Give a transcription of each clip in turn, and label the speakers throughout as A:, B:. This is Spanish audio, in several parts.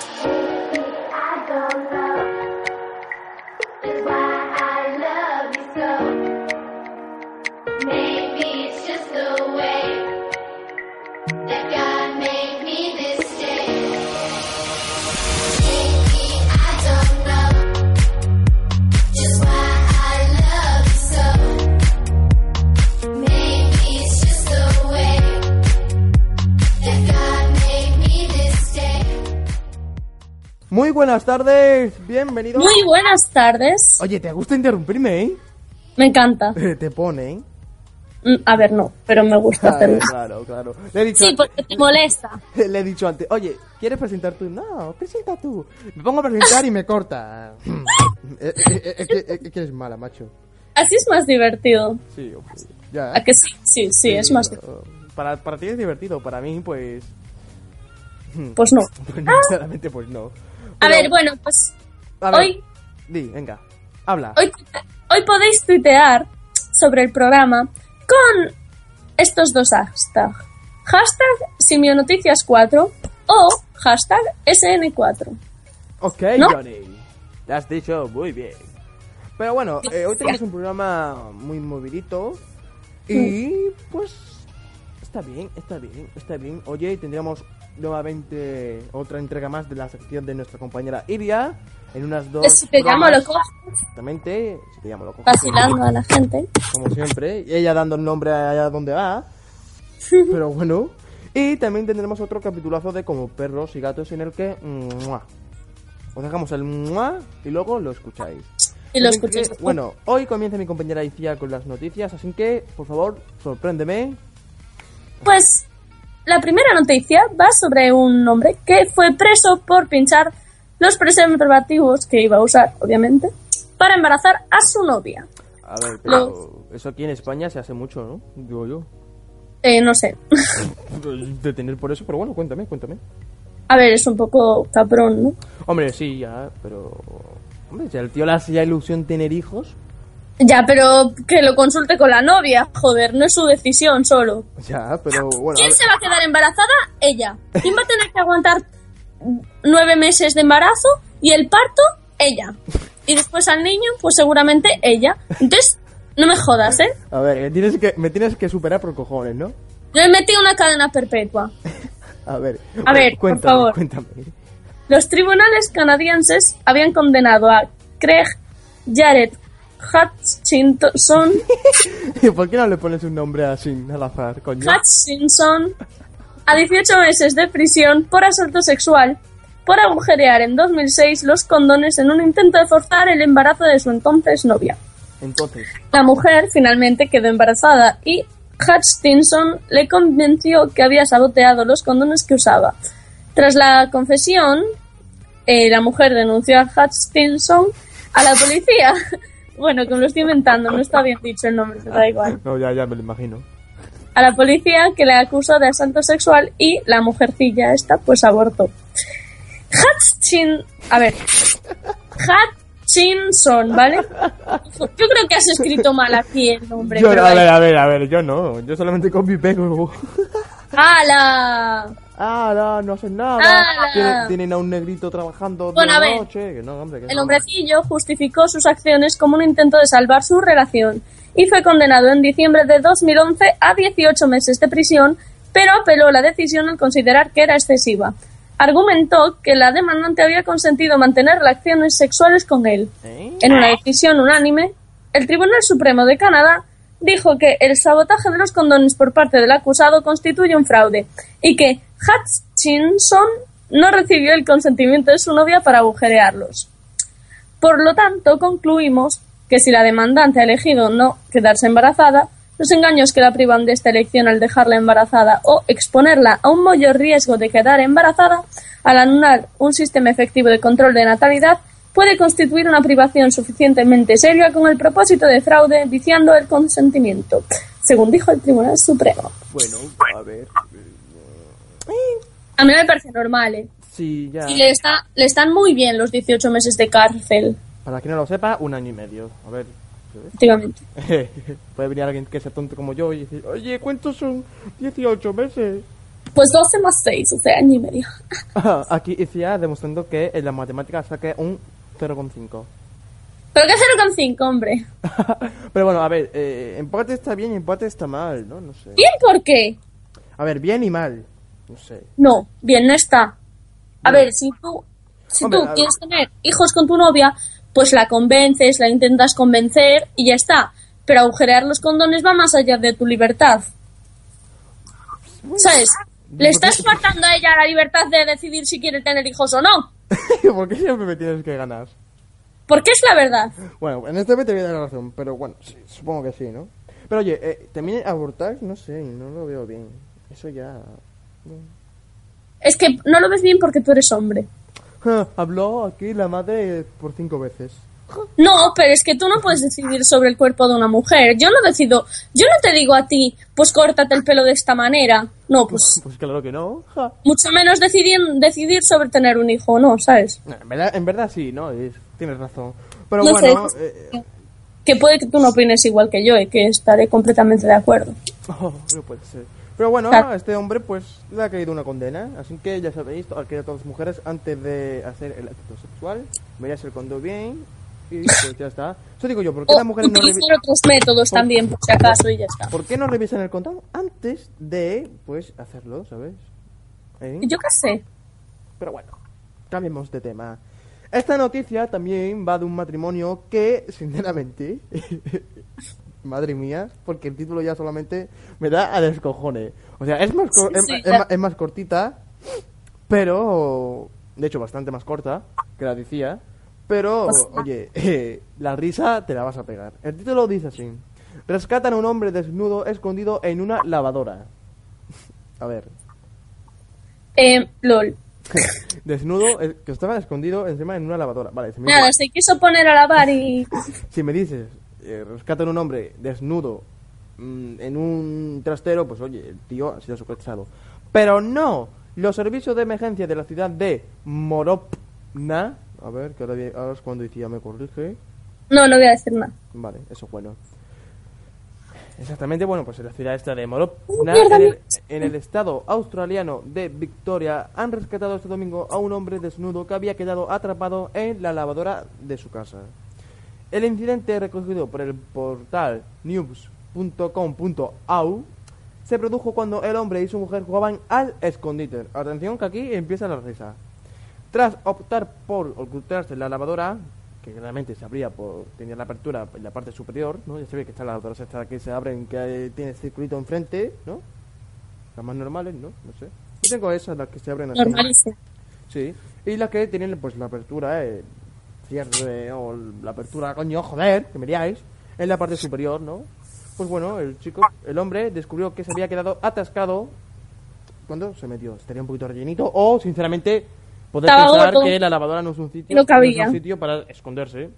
A: I don't know why I love you so. Maybe it's just the way that God made me this day. Maybe I don't know just why I love you so. Maybe it's just the way that God made me this day.
B: Muy buenas tardes, bienvenidos.
C: Muy buenas tardes.
B: Oye, te gusta interrumpirme, ¿eh?
C: Me encanta.
B: Eh, Te pone, ¿eh?
C: Mm, A ver, no, pero me gusta hacerlo.
B: Claro, claro. Le he dicho,
C: Sí, porque te molesta.
B: le he dicho antes, oye, ¿quieres presentar tú? No, presenta tú. Me pongo a presentar y me corta. Eh, eh, eh, Es que es que eres mala, macho.
C: Así es más divertido.
B: Sí, ok, ya.
C: ¿A que sí? Sí, sí, es más.
B: eh, Para, para ti es divertido, para mí, pues.
C: Pues no.
B: pues no, Sinceramente, pues no.
C: A
B: Pero-
C: ver, bueno, pues
B: a ver,
C: hoy-
B: Di, venga, habla.
C: hoy, hoy podéis tuitear sobre el programa con estos dos hashtags. Hashtag simionoticias4 o hashtag SN4.
B: Ok,
C: ¿No?
B: Johnny. Lo has dicho muy bien. Pero bueno, eh, hoy tenemos un programa muy movidito. Y pues. Está bien, está bien, está bien. Oye, tendríamos nuevamente otra entrega más de la sección de nuestra compañera Iria. En unas dos.
C: Si te llamo,
B: bromas,
C: lo cojo
B: Exactamente. Si te llamo loco.
C: vacilando a la gente.
B: Como siempre. Y ella dando el nombre allá donde va. Pero bueno. Y también tendremos otro capitulazo de como perros y gatos en el que. ¡mua! Os dejamos el mua y luego lo escucháis.
C: Y lo
B: Así que,
C: escucháis.
B: Bueno, hoy comienza mi compañera Icía con las noticias, así que, por favor, sorpréndeme.
C: Pues la primera noticia va sobre un hombre que fue preso por pinchar los preservativos que iba a usar, obviamente, para embarazar a su novia.
B: A ver, pero eso aquí en España se hace mucho, ¿no? Digo yo.
C: Eh, no sé.
B: Detener por eso, pero bueno, cuéntame, cuéntame.
C: A ver, es un poco cabrón, ¿no?
B: Hombre, sí, ya, pero. Hombre, si al tío le hacía ilusión tener hijos,
C: Ya, pero que lo consulte con la novia, joder, no es su decisión solo.
B: ya, pero bueno. a
C: ¿Quién
B: ver-
C: se va a quedar embarazada? Ella. ¿Quién va a tener que aguantar nueve meses de embarazo y el parto? Ella. Y después al niño, pues seguramente ella. Entonces, no me jodas, ¿eh?
B: A ver, me tienes que, me tienes que superar por cojones, ¿no?
C: Yo he metido una cadena perpetua.
B: A ver,
C: A ver, por
B: cuéntame,
C: favor.
B: cuéntame.
C: Los tribunales canadienses habían condenado a Craig Jared Hutchinson,
B: ¿Por qué no le pones un nombre así al azar, coño?
C: Hutchinson a 18 meses de prisión por asalto sexual por agujerear en 2006 los condones en un intento de forzar el embarazo de su entonces novia.
B: Entonces,
C: La mujer finalmente quedó embarazada y Hutchinson le convenció que había saboteado los condones que usaba. Tras la confesión, eh, la mujer denunció a Hutchinson a la policía. Bueno, que me lo estoy inventando, no está bien dicho el nombre, pero da igual.
B: no, ya, ya me lo imagino.
C: A la policía que le acusó de asalto sexual y la mujercilla esta pues abortó. Hutchin... A ver. Hutchinson, ¿vale? Yo creo que has escrito mal aquí el nombre.
B: Yo,
C: pero
B: a
C: vale.
B: ver, a ver, a ver, yo no, yo solamente copio y pego.
C: ¡Hala!
B: ah, no, no hacen nada.
C: Ala.
B: Tienen, tienen a un negrito trabajando
C: Bueno,
B: toda
C: a
B: la
C: ver.
B: noche. que no, hombre, que
C: El
B: no.
C: hombrecillo justificó sus acciones como un intento de salvar su relación y fue condenado en diciembre de 2011 a 18 meses de prisión, pero apeló la decisión al considerar que era excesiva. Argumentó que la demandante había consentido mantener relaciones sexuales con él.
B: ¿Eh?
C: En una decisión unánime, el Tribunal Supremo de Canadá dijo que el sabotaje de los condones por parte del acusado constituye un fraude y que Hutchinson no recibió el consentimiento de su novia para agujerearlos. Por lo tanto, concluimos que si la demandante ha elegido no quedarse embarazada, los engaños que la privan de esta elección al dejarla embarazada o exponerla a un mayor riesgo de quedar embarazada, al anular un sistema efectivo de control de natalidad, puede constituir una privación suficientemente seria con el propósito de fraude, viciando el consentimiento, según dijo el Tribunal Supremo.
B: Bueno, a ver.
C: A mí me parece normal, ¿eh?
B: Sí, ya.
C: Y le, está, le están muy bien los 18 meses de cárcel,
B: Para quien no lo sepa, un año y medio. A ver.
C: efectivamente.
B: Puede venir alguien que sea tonto como yo y decir, oye, ¿cuántos son 18 meses?
C: Pues 12 más 6, o sea, año y medio.
B: Ah, Aquí decía demostrando que en las matemáticas saqué un 0,5.
C: ¿Pero qué 0,5, hombre?
B: Pero bueno, a ver, eh, en parte está bien y en parte está mal, ¿no? No sé.
C: ¿Bien por qué?
B: A ver, bien y mal. No sé.
C: No, bien no está. A ver, si tú, si
B: Hombre,
C: tú
B: a ver.
C: quieres tener hijos con tu novia, pues la convences, la intentas convencer y ya está. Pero agujerear los condones va más allá de tu libertad. ¿Sabes? Le estás faltando a ella la libertad de decidir si quiere tener hijos o no.
B: ¿Por qué siempre me tienes que ganar?
C: Porque es la verdad.
B: Bueno, en este vez te voy a dar la razón, pero bueno, sí, supongo que sí, ¿no? Pero oye, eh, también abortar, no sé, no lo veo bien. Eso ya...
C: Es que no lo ves bien porque tú eres hombre.
B: Ja, habló aquí la madre por cinco veces.
C: No, pero es que tú no puedes decidir sobre el cuerpo de una mujer. Yo no decido, yo no te digo a ti, pues córtate el pelo de esta manera. No, pues
B: Pues claro que no. ja.
C: mucho menos decidir, decidir sobre tener un hijo o no, ¿sabes?
B: No, En verdad, en verdad sí, ¿no? Es- tienes razón. Pero
C: No
B: bueno...
C: sé.
B: eh,
C: Que puede que tú no opines igual que yo y que estaré completamente de acuerdo.
B: Oh, no puede ser. Pero bueno,
C: Claro.
B: a este hombre pues le ha caído una condena, así que ya sabéis, to- que a todas las mujeres antes de hacer el acto sexual, verías el condón bien y pues ya está. Eso digo yo, ¿por qué
C: O
B: las mujeres no,
C: utilizar
B: revi-
C: otros métodos también, por si acaso, y ya está.
B: ¿por qué no revisan el condón antes de pues hacerlo, ¿sabes? ¿Eh?
C: Yo qué sé.
B: Pero bueno, cambiemos de tema. Esta noticia también va de un matrimonio que, sinceramente, madre mía, porque el título ya solamente me da a descojones. O sea, es más, cor-
C: Sí,
B: es-
C: sí,
B: es
C: ya.
B: ma- es más cortita, pero, de hecho, bastante más corta que la decía. Pero, oye, la risa te la vas a pegar. El título dice así. Rescatan a un hombre desnudo escondido en una lavadora. A ver,
C: Eh, LOL.
B: Desnudo, eh, que estaba escondido encima en una lavadora. Vale, si me,
C: Nada, se quiso poner a lavar y...
B: si me dices, eh, rescatan un hombre desnudo mm, en un trastero, pues oye, el tío ha sido secuestrado. Pero no, los servicios de emergencia de la ciudad de Moropna, a ver, que ahora, vi- ahora es cuando decía me corrige.
C: No, no voy a decir nada.
B: Vale, eso es bueno. Exactamente, bueno, pues en la ciudad esta de Moropna,
C: Mierda,
B: en el,
C: mierda.
B: en el estado australiano de Victoria, han rescatado este domingo a un hombre desnudo que había quedado atrapado en la lavadora de su casa. El incidente recogido por el portal news.com.au se produjo cuando el hombre y su mujer jugaban al escondite. Atención que aquí empieza la risa. Tras optar por ocultarse en la lavadora, que claramente se abría por tenía la apertura en la parte superior, ¿no? Ya se ve que están las lavadoras estas que se abren, que eh, tiene circulito enfrente, ¿no? Las más normales, ¿no? No sé. Yo tengo esas, las que se abren así.
C: Normalísimo.
B: Sí. Y las que tienen pues la apertura, eh, cierre o la apertura, coño, joder, que me liáis, en la parte superior, ¿no? Pues bueno, el chico, el hombre descubrió que se había quedado atascado cuando se metió. Estaría un poquito rellenito o, sinceramente, poder
C: Estaba
B: pensar
C: gordo.
B: que la lavadora no es un sitio,
C: No cabía.
B: es un sitio para esconderse.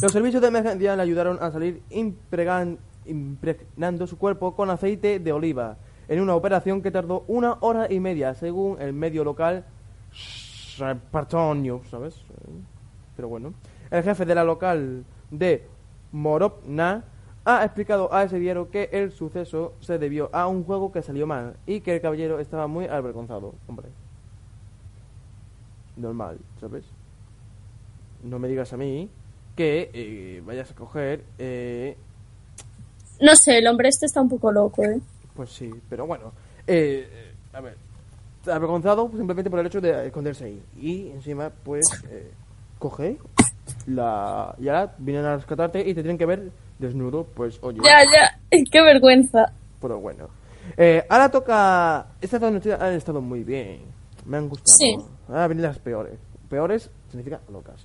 B: Los servicios de emergencia le ayudaron a salir impregan- impregnando su cuerpo con aceite de oliva en una operación que tardó una hora y media, según el medio local Repartón News, ¿sabes? Eh, Pero bueno. El jefe de la local de Moropna ha explicado a ese diario que el suceso se debió a un juego que salió mal y que el caballero estaba muy avergonzado. Hombre. Normal, ¿sabes? No me digas a mí que eh, vayas a coger... eh,
C: No sé, el hombre este está un poco loco, ¿eh?
B: pues sí, pero bueno. eh, eh, a ver, avergonzado simplemente por el hecho de esconderse ahí. Y encima, pues, eh, coge la. Y ahora vienen a rescatarte y te tienen que ver desnudo. Pues, oye,
C: Ya, ya, qué vergüenza.
B: pero bueno. Eh, ahora toca. Estas dos noticias han estado muy bien. Me han gustado.
C: Sí.
B: Ahora vienen las peores. Peores significa locas.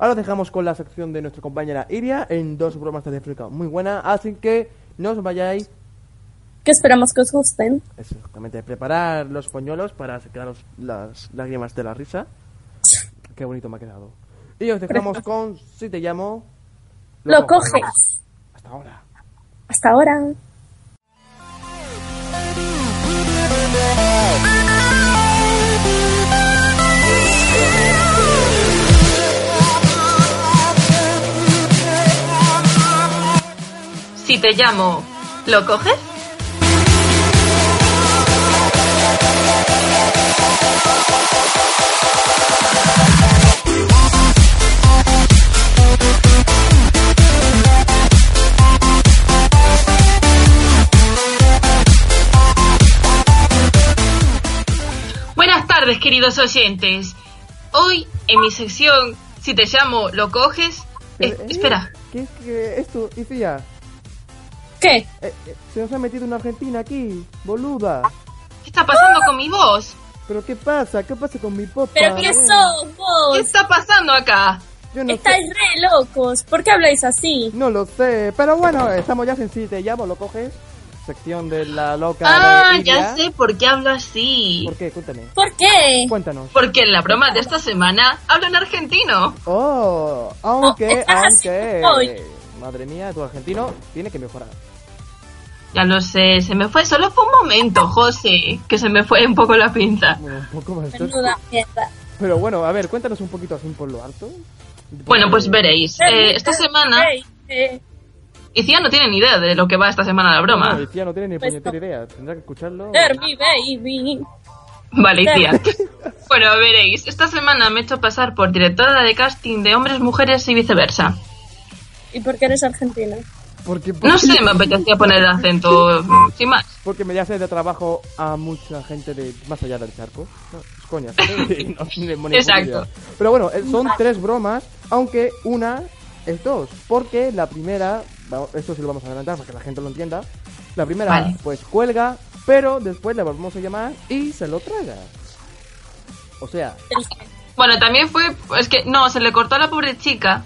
B: Ahora os dejamos con la sección de nuestra compañera Iria en dos bromas de África muy buena. Así que no os vayáis
C: Que esperamos que os gusten.
B: exactamente preparar los pañuelos para secaros las lágrimas de la risa. Qué bonito me ha quedado. Y os dejamos con Si te llamo.
C: Lo
B: coges.
C: coges.
B: Hasta ahora.
C: Hasta ahora.
D: Si te llamo, ¿lo coges? Buenas tardes, queridos oyentes. Hoy en mi sección, si te llamo, ¿lo coges? Eh,
B: Eh,
D: espera.
B: ¿Qué es que esto? Iria,
C: ¿Qué?
B: eh, eh, se nos ha metido una argentina aquí, boluda.
D: ¿Qué está pasando con mi voz?
B: ¿Pero qué pasa? ¿Qué pasa con mi popa?
C: ¿Pero qué
B: Bueno,
C: sos
D: ¿Qué
C: vos?
D: está pasando acá?
B: Yo no
C: Estáis
B: sé.
C: re locos. ¿Por qué habláis así?
B: No lo sé, pero bueno, estamos ya en Si te llamo, lo coges. Sección de la loca.
D: Ah,
B: de Iria.
D: ya sé por qué hablo así.
B: ¿Por qué? Cuéntame.
C: ¿Por qué?
B: Cuéntanos.
D: Porque en la broma de esta semana hablo en argentino.
B: Oh, aunque,
C: estás
B: aunque.
C: haciendo hoy.
B: Madre mía, tu argentino tiene que mejorar.
D: Ya lo sé, se me fue, solo fue un momento, José, que se me fue un poco la pinta.
B: Bueno, un poco más.
C: Menuda mierda.
D: Eh,
B: Pero bueno, a ver, cuéntanos un poquito así por lo alto.
D: Bueno, pues veréis. Eh, esta semana,
C: Ey, eh,
D: y Cia no tiene ni idea de lo que va esta semana la
B: No,
D: broma.
B: y tía no tiene ni
C: Pues
B: puñetera
C: no.
B: idea, tendrá que escucharlo.
C: Derby, baby.
D: Vale, Cia. Bueno, veréis. Esta semana me he hecho pasar por directora de casting de hombres, mujeres y viceversa.
C: ¿Y por qué eres argentina?
B: Porque, porque,
D: No sé, me apetecía poner el acento, mm, sin más.
B: porque me hace de trabajo a mucha gente de más allá del charco. No, es coña. ¿sabes? No, ni- ni
D: Exacto.
B: idea. Pero bueno, eh, son tres bromas, aunque una es dos. Porque la primera, va- esto sí lo vamos a adelantar para que la gente lo entienda. La primera,
D: Vale.
B: pues cuelga, pero después le volvemos a llamar y se lo traga. O sea,
C: Triste.
D: Bueno, también fue, es que no, se le cortó a la pobre chica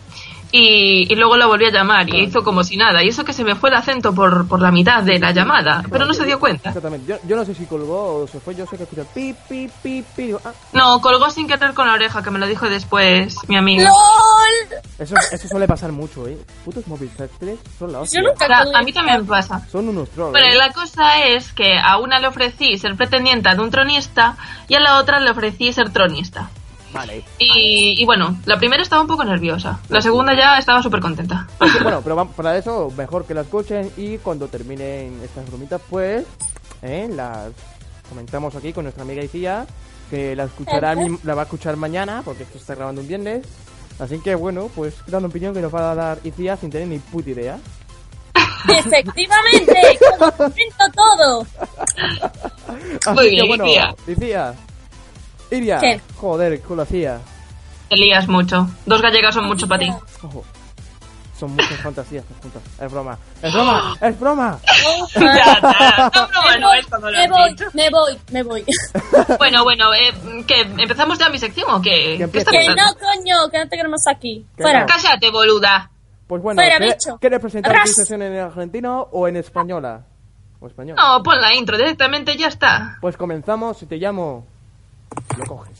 D: y, y luego la volví a llamar y
B: Claro.
D: hizo como si nada. Y eso que se me fue el acento por, por la mitad de la llamada, pero no se dio cuenta.
B: exactamente. Yo, yo no sé si colgó o se fue, yo sé que escuché pi, pi, pi, pi. digo, ah,
D: No, colgó sin querer con la oreja, que me lo dijo después mi amiga.
C: ¡LOL!
B: Eso, eso suele pasar mucho, ¿eh? Putos móvil Factory son la hostia.
C: Yo nunca
D: O sea,
C: colgué.
D: a mí también me pasa.
B: Son unos trolls.
D: Bueno,
B: ¿eh?
D: y la cosa es que a una le ofrecí ser pretendienta de un tronista y a la otra le ofrecí ser tronista.
B: Vale.
D: Y, y bueno, la primera estaba un poco nerviosa, la segunda ya estaba súper contenta.
B: Bueno, pero vam- para eso, mejor que la escuchen y cuando terminen estas bromitas, pues, ¿eh? las comentamos aquí con nuestra amiga Icía, que la escuchará, mi- la va a escuchar mañana, porque esto se está grabando un viernes. Así que, bueno, pues, da una opinión que nos va a dar Icía sin tener ni puta idea.
C: Efectivamente, comento todo.
B: Así
D: Muy
B: que,
D: bien,
B: bueno,
D: Icía.
B: Icía. Iria.
C: ¿Qué?
B: Joder, con la Icía.
D: Te lías mucho, dos gallegas son mucho para ti.
B: Ojo. Son muchas fantasías juntas. Es broma. Es broma. Es broma.
D: Ya está. No,
C: Me
D: no, no,
C: voy,
D: esto no lo
C: me
D: has
C: voy,
D: dicho.
C: me voy, me voy.
D: Bueno, bueno, eh, ¿qué? ¿Empezamos ya mi sección o qué?
B: Que
D: ¿Qué
B: empiece.
D: está
C: Que
D: pasando?
C: no, coño, que no te queremos aquí.
B: Que
C: Fuera.
B: no.
D: Cállate, boluda.
B: Pues bueno,
C: Fuera,
B: ¿quiere-
C: bicho.
B: ¿quieres presentar tu
C: Arras.
B: sesión en argentino o en española? O español.
D: No, pon la intro directamente, ya está.
B: Pues comenzamos, si te llamo, lo coges.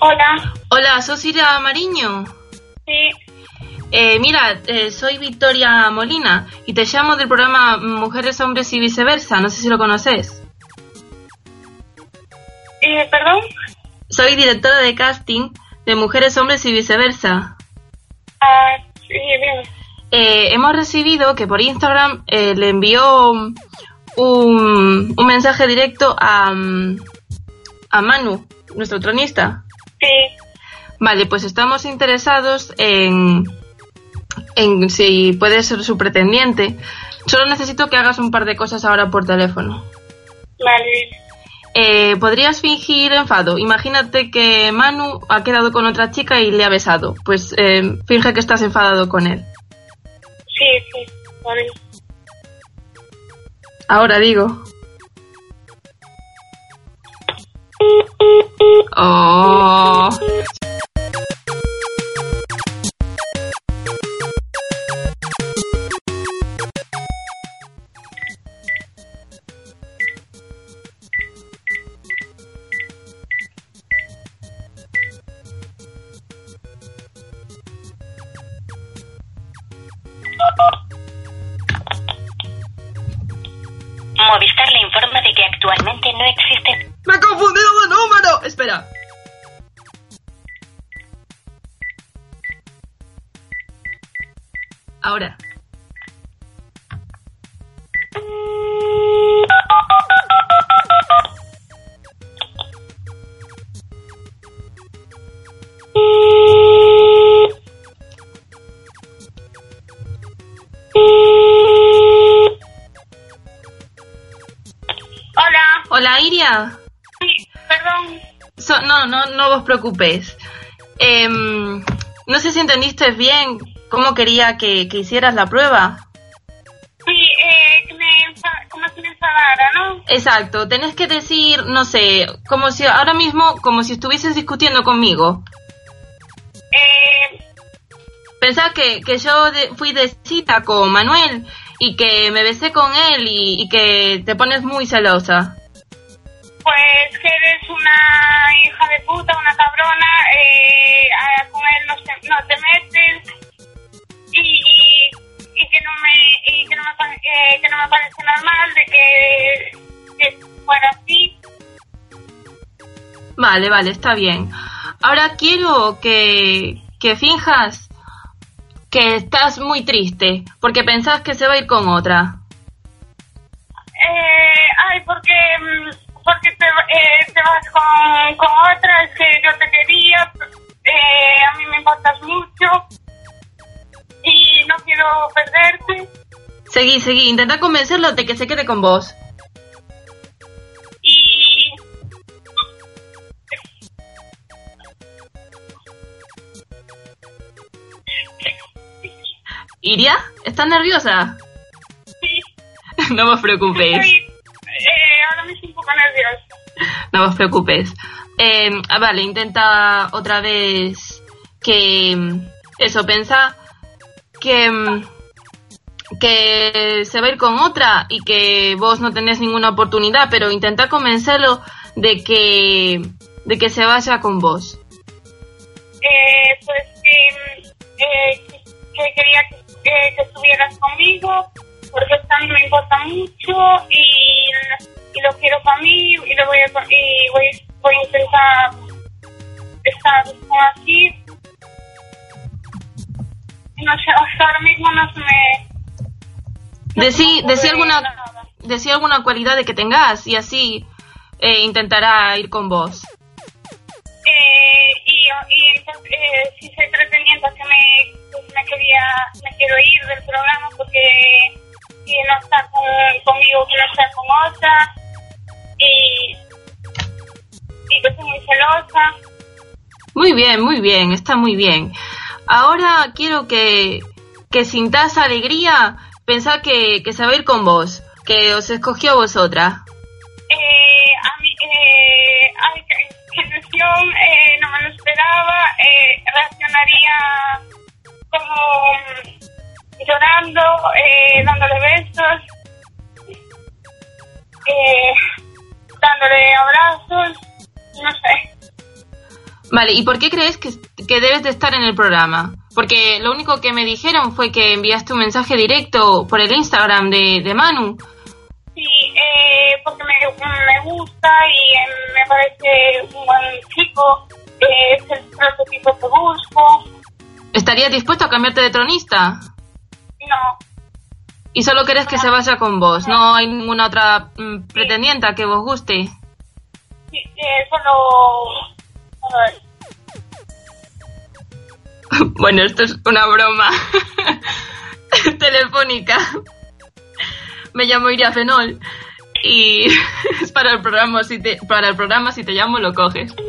E: Hola,
D: Hola, ¿sos Ira Mariño?
E: sí,
D: Eh, mira, eh, soy Victoria Molina y te llamo del programa Mujeres, Hombres y Viceversa. No sé si lo conoces.
E: eh, perdón.
D: Soy directora de casting de Mujeres, Hombres y Viceversa.
E: Ah, sí, bien.
D: Eh, hemos recibido que por Instagram eh, le envió un, un mensaje directo a, mm, a Manu, nuestro tronista.
E: sí.
D: Vale, pues estamos interesados en, en si puedes ser su pretendiente. Solo necesito que hagas un par de cosas ahora por teléfono.
E: Vale.
D: Eh, podrías fingir enfado. Imagínate que Manu ha quedado con otra chica y le ha besado. Pues eh, finge que estás enfadado con él.
E: Sí, sí. Vale.
D: Ahora digo. Oh.
F: Movistar le informa de que actualmente no existen.
D: ¡Me he confundido de número! Espera. Ahora.
E: Hola.
D: Hola, Iria.
E: Sí, perdón.
D: So- no, no, no os preocupéis. Em, no sé si entendiste bien cómo quería que, que hicieras la prueba.
E: Sí, eh, que me enfa- como si me enfadara, ¿no?
D: Exacto, tenés que decir, no sé, como si ahora mismo, como si estuvieses discutiendo conmigo.
E: Eh,
D: Pensá que, que yo de- fui de cita con Manuel y que me besé con él y, y que te pones muy celosa.
E: pues que eres una hija de puta, una cabrona, eh, a- con él no, se- no te metes y, y que no me y que no me, pa- eh, que no me parece normal de que, que fuera así.
D: Vale, vale, está bien. Ahora quiero que, que finjas que estás muy triste porque pensás que se va a ir con otra.
E: Eh, ay, porque, mm, porque te, eh, te vas con, con otra, es que yo te quería, eh, a mí me importas mucho y no quiero perderte.
D: Seguí, seguí, intenta convencerlo de que se quede con vos.
E: y
D: ¿Iria? ¿Estás nerviosa?
E: sí,
D: no os preocupéis.
E: estoy eh, ahora mismo un poco nerviosa.
D: No os preocupéis. Eh, ah, vale, intenta otra vez que... mm, Eso, pensá que... mm, que se va a ir con otra y que vos no tenés ninguna oportunidad, pero intenta convencerlo de que... de que se vaya con vos.
E: Eh, pues que, mm, eh, que- que quería que, eh, que- que estuvieras conmigo porque a mí me importa mucho y, y lo quiero para mí y lo voy a, y voy, voy a intentar estar como aquí. No sé, hasta ahora mismo no se me... no se me
D: Decí,
E: ocurre
D: decí alguna...
E: nada.
D: Decí alguna cualidad de que tengas y así eh, intentará ir con vos.
E: Eh, y y entonces, eh, si soy pretendiente que me, pues me quería me quiero ir del programa porque si no está con, conmigo quiero estar con otra y y que soy muy celosa
D: Muy bien, muy bien, está muy bien. Ahora quiero que, que sintas alegría, pensá que, que se va a ir con vos, que os escogió a vosotras.
E: eh, a mí eh, ay qué qué ilusión eh, no me lo esperaba eh, reaccionaría como mm, llorando eh, dándole besos eh, dándole abrazos no sé
D: Vale, ¿y por qué crees que, que debes de estar en el programa? Porque lo único que me dijeron fue que enviaste un mensaje directo por el Instagram de, de Manu.
E: sí eh, porque me, me gusta y eh, me parece un buen chico eh, es el prototipo que busco
D: ¿Estarías dispuesto a cambiarte de tronista?
E: no
D: Y solo querés que se vaya con vos, no hay ninguna otra mm, pretendienta que vos guste.
E: Sí, eh,
G: que se lo... a ver,
D: Bueno, esto es una broma telefónica. Me llamo Iria Fenol y es para el programa si te para el programa si te llamo lo coges.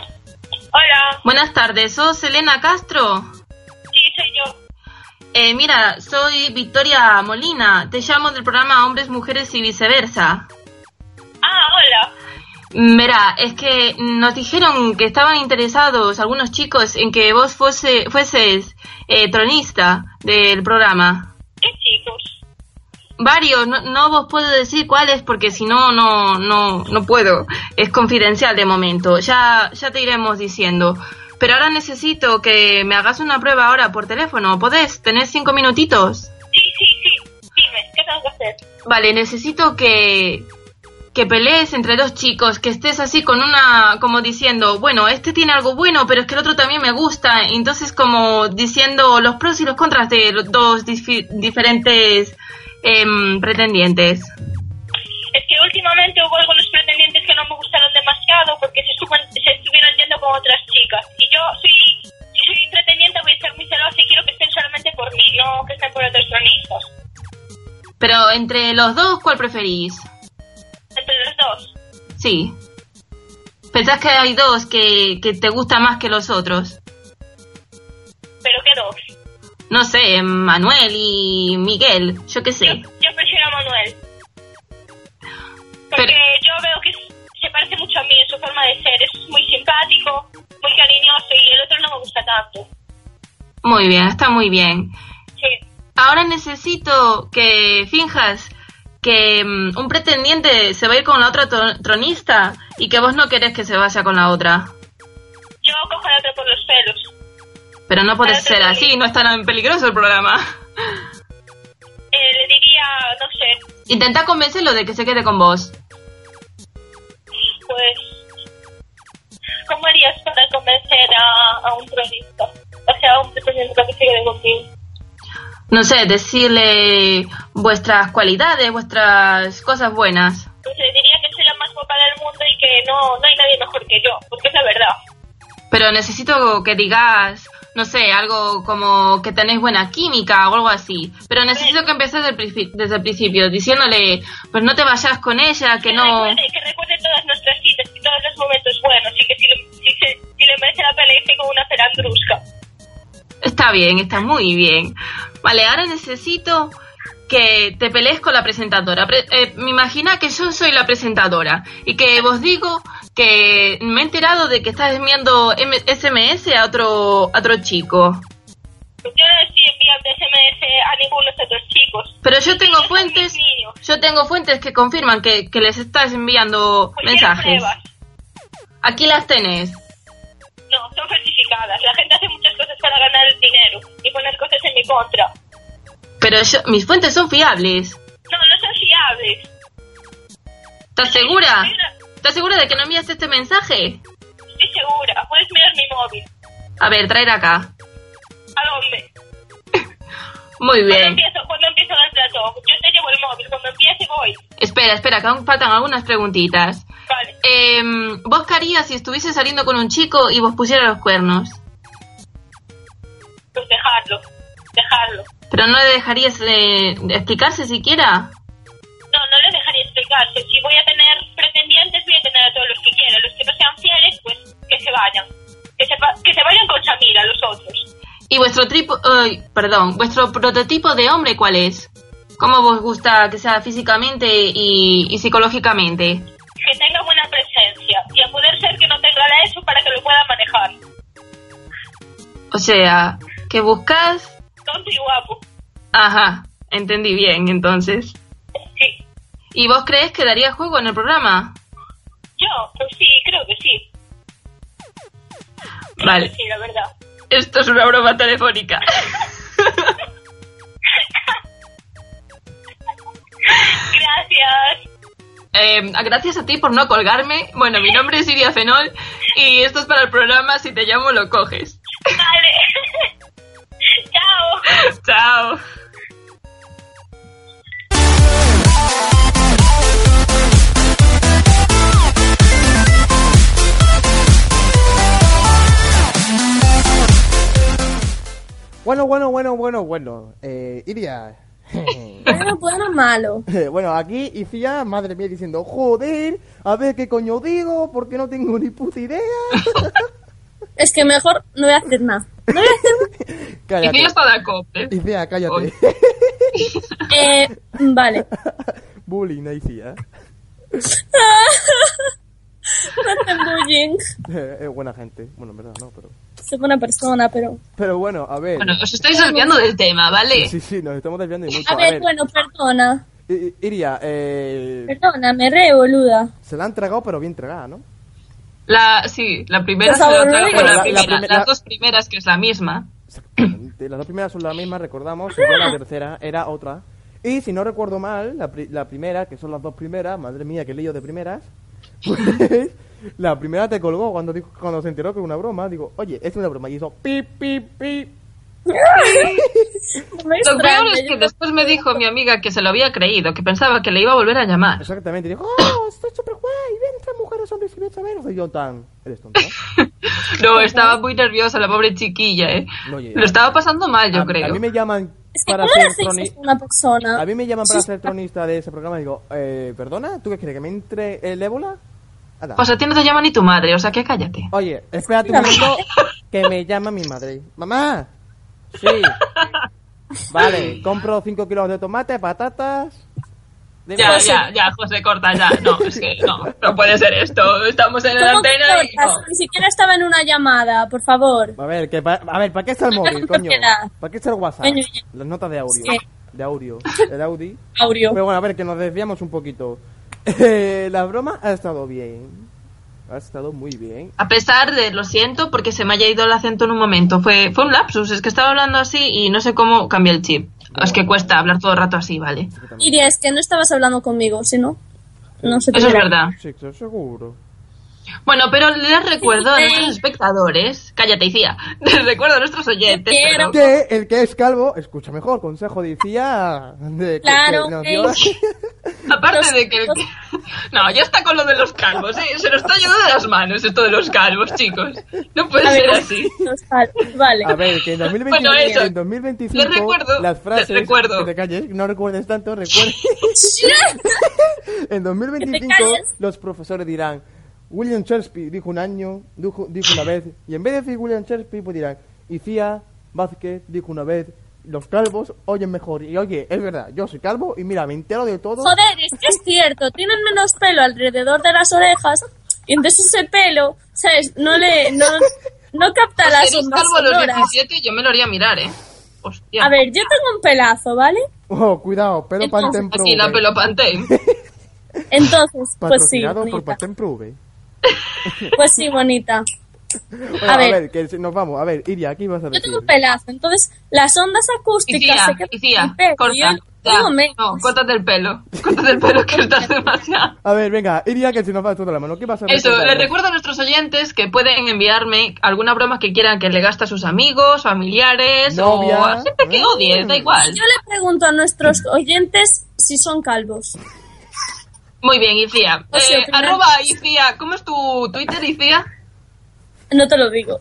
G: Hola,
D: Buenas tardes, ¿sos Elena Castro?
G: sí, soy yo.
D: Eh, mira, soy Victoria Molina, te llamo del programa Hombres, Mujeres y Viceversa.
G: Ah, hola.
D: Mira, es que nos dijeron que estaban interesados algunos chicos en que vos fuese, fueses eh, tronista del programa.
G: ¿Qué chicos?
D: Varios, no, no vos puedo decir cuáles porque si no, no, no, no puedo. Es confidencial de momento, ya, ya te iremos diciendo. Pero ahora necesito que me hagas una prueba ahora por teléfono. ¿Podés? ¿Tenés cinco minutitos?
G: Sí, sí, sí. Dime, ¿qué tengo que hacer?
D: Vale, necesito que que pelees entre dos chicos, que estés así con una como diciendo, bueno, este tiene algo bueno, pero es que el otro también me gusta, Y entonces como diciendo los pros y los contras de los dos difi- diferentes em, pretendientes.
G: Es que últimamente hubo algunos pretendientes que no me gustaron demasiado porque se, suben- se estuvieron yendo con otras chicas. Y yo soy, si soy pretendiente voy a ser muy celosa y quiero que estén solamente por mí, no que estén por otros cronistas.
D: Pero entre los dos, ¿cuál preferís?
G: Entre los dos.
D: Sí. ¿Pensás que hay dos que, que te gusta más que los otros?
G: Pero qué dos.
D: No sé, em, Manuel y Miguel, yo qué sé.
G: Yo prefiero a Manuel. Porque
D: Pero-
G: yo veo que se parece mucho a mí en su forma de ser. Es muy simpático, muy cariñoso y el otro no me gusta tanto.
D: Muy bien, está muy bien.
G: Sí.
D: Ahora necesito que finjas que mm, un pretendiente se va a ir con la otra to- tronista y que vos no querés que se vaya con la otra.
G: Yo cojo al otro por los pelos.
D: Pero no puede
G: Pero te
D: ser
G: digo-
D: así, no está tan peligroso el programa.
G: Eh, le diría, no sé,
D: Intenta convencerlo de que se quede con vos.
G: pues, ¿cómo harías para convencer a, a un cronista? O sea, a un presidente para que se quede contigo.
D: No sé, decirle vuestras cualidades, vuestras cosas buenas.
G: Pues le diría que soy la más guapa del mundo y que no, no hay nadie mejor que yo, porque es la verdad.
D: Pero necesito que digas, no sé, algo como que tenéis buena química o algo así. Pero necesito que empieces del principi- desde el principio, diciéndole, pues no te vayas con ella, que no...
G: recuerde, que recuerde todas nuestras citas y todos los momentos buenos y que si, le- si, se, si le merece la pena irse con una perandrusca.
D: Está bien, está muy bien. Vale, ahora necesito que te pelees con la presentadora. Pre- eh, me imagina que yo soy la presentadora y que vos digo que me he enterado de que estás enviando M- SMS a otro, a otro chico.
G: Yo no estoy enviando SMS a ninguno de los otros chicos.
D: Pero yo tengo
G: Ellos son
D: fuentes,
G: mis niños.
D: yo tengo fuentes que confirman que, que les estás enviando
G: Pues quiero
D: mensajes.
G: pruebas.
D: Aquí las tenés.
G: No, son falsificadas. La gente hace muchas cosas para ganar dinero y poner cosas en mi contra.
D: Pero yo- mis fuentes son fiables.
G: No, no son fiables.
D: ¿Estás segura?
G: Mira,
D: ¿Estás segura de que no envías este mensaje?
G: Estoy segura. Puedes mirar mi móvil.
D: A ver, traer acá.
G: ¿A dónde?
D: Muy
G: Cuando
D: bien.
G: empiezo, cuando empiezo a dar plato. Yo te llevo el móvil. Cuando empiece voy.
D: Espera, espera, que aún faltan algunas preguntitas.
G: Vale.
D: Em, ¿Vos qué harías si estuviese saliendo con un chico y vos pusiera los cuernos?
G: Pues dejarlo. Dejarlo.
D: ¿Pero no le dejarías eh, explicarse siquiera?
G: No, no les dejaría explicarse. Si voy a tener pretendientes, voy a tener a todos los que quiera. Los que no sean fieles, pues que se vayan. Que se, va- que se vayan con Samira, los otros.
D: ¿Y vuestro tripo, ay, perdón, vuestro prototipo de hombre cuál es? ¿Cómo vos gusta que sea físicamente y, y psicológicamente?
G: Que tenga buena presencia. Y a poder ser que no tenga la eso para que lo pueda manejar.
D: O sea, que buscas,
G: Tonto y guapo.
D: ajá, Entendí bien, entonces.
E: Sí.
D: ¿Y vos crees que daría juego en el programa?
E: Yo, pues sí, creo que sí. Creo
D: Vale.
E: que Sí, la verdad.
D: Esto es una broma telefónica.
E: Gracias.
D: Eh, gracias a ti por no colgarme. Bueno, mi nombre es Iria Fenol y esto es para el programa Si te llamo lo coges.
E: Vale. Chao.
D: Chao.
B: Bueno, bueno, bueno, bueno, bueno. Eh, Iria.
C: Bueno, bueno, malo.
B: bueno, aquí Ifia, madre mía, diciendo, joder, a ver qué coño digo, porque no tengo ni puta idea.
C: Es que mejor no voy a hacer nada.
D: Y
B: cállate.
D: fui hasta la cope.
B: Ifia, cállate.
D: Oye.
C: Eh, vale.
B: Bullying a Ifia.
C: No hacen bullying.
B: Eh, es buena gente. Bueno, en verdad no, pero...
C: Soy buena persona, pero...
B: Pero bueno, a ver.
D: Bueno, os estáis olvidando del tema, ¿vale?
B: Sí, sí, nos estamos desviando y mucho.
C: A ver, bueno, perdona.
B: I- Iria, eh,
C: Perdona, me re, boluda.
B: se la han tragado, pero bien tragada, ¿no?
D: La, sí, la primera
C: Los
D: se la
C: aburridos.
D: trago con la,
B: La- Pues la
D: primera,
B: primera-
D: las dos primeras que es la misma.
B: Exactamente. Las dos primeras son las mismas, recordamos. y ya la tercera era otra. Y si no recuerdo mal, la, pri- la primera, que son las dos primeras, madre mía, qué lío de primeras. Pues, la primera te colgó cuando dijo, cuando se enteró que era una broma. Digo, oye, es una broma. Y hizo pip, pip, pip.
C: No me
D: Lo peor
C: extraña,
D: es
C: yo
D: que
C: no-
D: después me dijo mi amiga que se lo había creído, que pensaba que le iba a volver a llamar.
B: Exactamente. Y dijo, oh, estoy súper guay. Ven, tres mujeres, hombres y ven a ver. Y yo, tan, eres tonta.
D: No, estaba muy nerviosa la pobre chiquilla, ¿eh?
B: No, ya, ya.
D: Lo estaba pasando mal, yo
B: a,
D: creo.
B: a mí me llaman
C: Es que
B: para
C: ¿cómo le hacéis
B: ser troni-
C: esto a una persona?
B: A mí me llaman para ser tronista de ese programa y digo, eh, perdona, ¿tú qué crees? ¿Que me entre el ébola? Anda.
C: Pues,
D: O sea, a ti no te llama ni tu madre, o sea, que cállate.
B: Oye, espérate un momento que me llama mi madre. ¡Mamá! Sí. Vale, compro 5 kilos de tomate, patatas. Dime,
D: Ya, ya, ya, José, corta ya. No, es que no, no puede ser esto. Estamos en la
C: ¿Cómo que
D: antena y no.
C: cortas? Ni siquiera estaba en una llamada, por favor.
B: A ver, que pa- a ver, ¿para qué está el móvil, coño?
C: propiedad.
B: ¿Para qué está el WhatsApp?
C: Coño, ya.
B: Las notas de audio.
C: Sí.
B: De audio. El Audi.
C: Aurio.
B: Pero bueno, a ver, que nos desviamos un poquito. Eh, la broma ha estado bien. Ha estado muy bien.
D: A pesar de, lo siento, porque se me haya ido el acento en un momento. Fue, fue un lapsus, es que estaba hablando así y no sé cómo cambié el chip. Es que cuesta hablar todo el rato así, ¿vale?
C: Iria, es que no estabas hablando conmigo, si no, no se te
D: Eso es
C: hubiera-
D: verdad.
B: Sí, claro, seguro.
D: Bueno, pero les recuerdo a nuestros espectadores, cállate, Icía, les recuerdo a nuestros oyentes,
C: Yo quiero.
D: perdón,
B: Que el que es calvo escucha mejor. Consejo decía. De, que-
C: Claro,
B: que nos
C: que-
B: dio-
D: aparte de que... No, ya está con lo de los calvos, ¿eh? se nos está yendo de las manos esto de los calvos, chicos. No puede ser así.
C: Total, Vale.
B: A ver, que en, 2025,
D: Bueno, eso.
B: en 2025
D: Les recuerdo,
B: las frases
D: les recuerdo.
B: que te calles, no recuerdes tanto, recuerda. en 2025
C: calles.
B: los profesores dirán, William Shakespeare dijo un año, dijo, dijo una vez, y en vez de decir William Shakespeare pues dirán, Icía Vázquez dijo una vez, los calvos oyen mejor. Y oye, es verdad, yo soy calvo y mira, me entero de todo.
C: Joder, es que es cierto, tienen menos pelo alrededor de las orejas y entonces ese pelo, ¿sabes? No le... No, no capta las
D: Si eres
C: ondas
D: calvo a los
C: sonoras.
D: 17 yo me lo haría mirar, ¿eh? Hostia.
C: A ver, yo tengo un pelazo, ¿vale?
B: Oh, cuidado, pelo
C: Entonces,
B: Pantene Pro
D: Aquí la
B: V.
D: pelopantén.
C: Entonces, pues sí,
B: Patrocinado por
C: bonita.
B: Pantene Pro V.
C: Pues sí, bonita.
B: Bueno, a, ver.
C: ver.
B: que nos vamos. A ver, Iria, aquí vas a
C: Yo
B: decir?
C: tengo un pelazo, entonces las ondas acústicas
D: Icía,
C: se quedan en
D: Icía,
C: el pelo, y
D: corta.
C: yo-
D: ya.
C: digo menos.
D: No, córtate el pelo. Córtate el pelo que estás demasiado.
B: A ver, venga, Iria, que se nos va toda la mano. ¿Qué vas a
D: Eso,
B: recordar?
D: les recuerdo a nuestros oyentes que pueden enviarme alguna broma que quieran que le gaste a sus amigos, familiares o
B: Novia.
D: a gente que
B: Mm.
D: odies, da igual.
C: Yo le pregunto a nuestros oyentes si son calvos.
D: Muy bien, Icía.
C: O sea,
D: Eh,
C: primero-
D: arroba Icía. ¿Cómo es tu Twitter, Icía?
C: No te lo digo.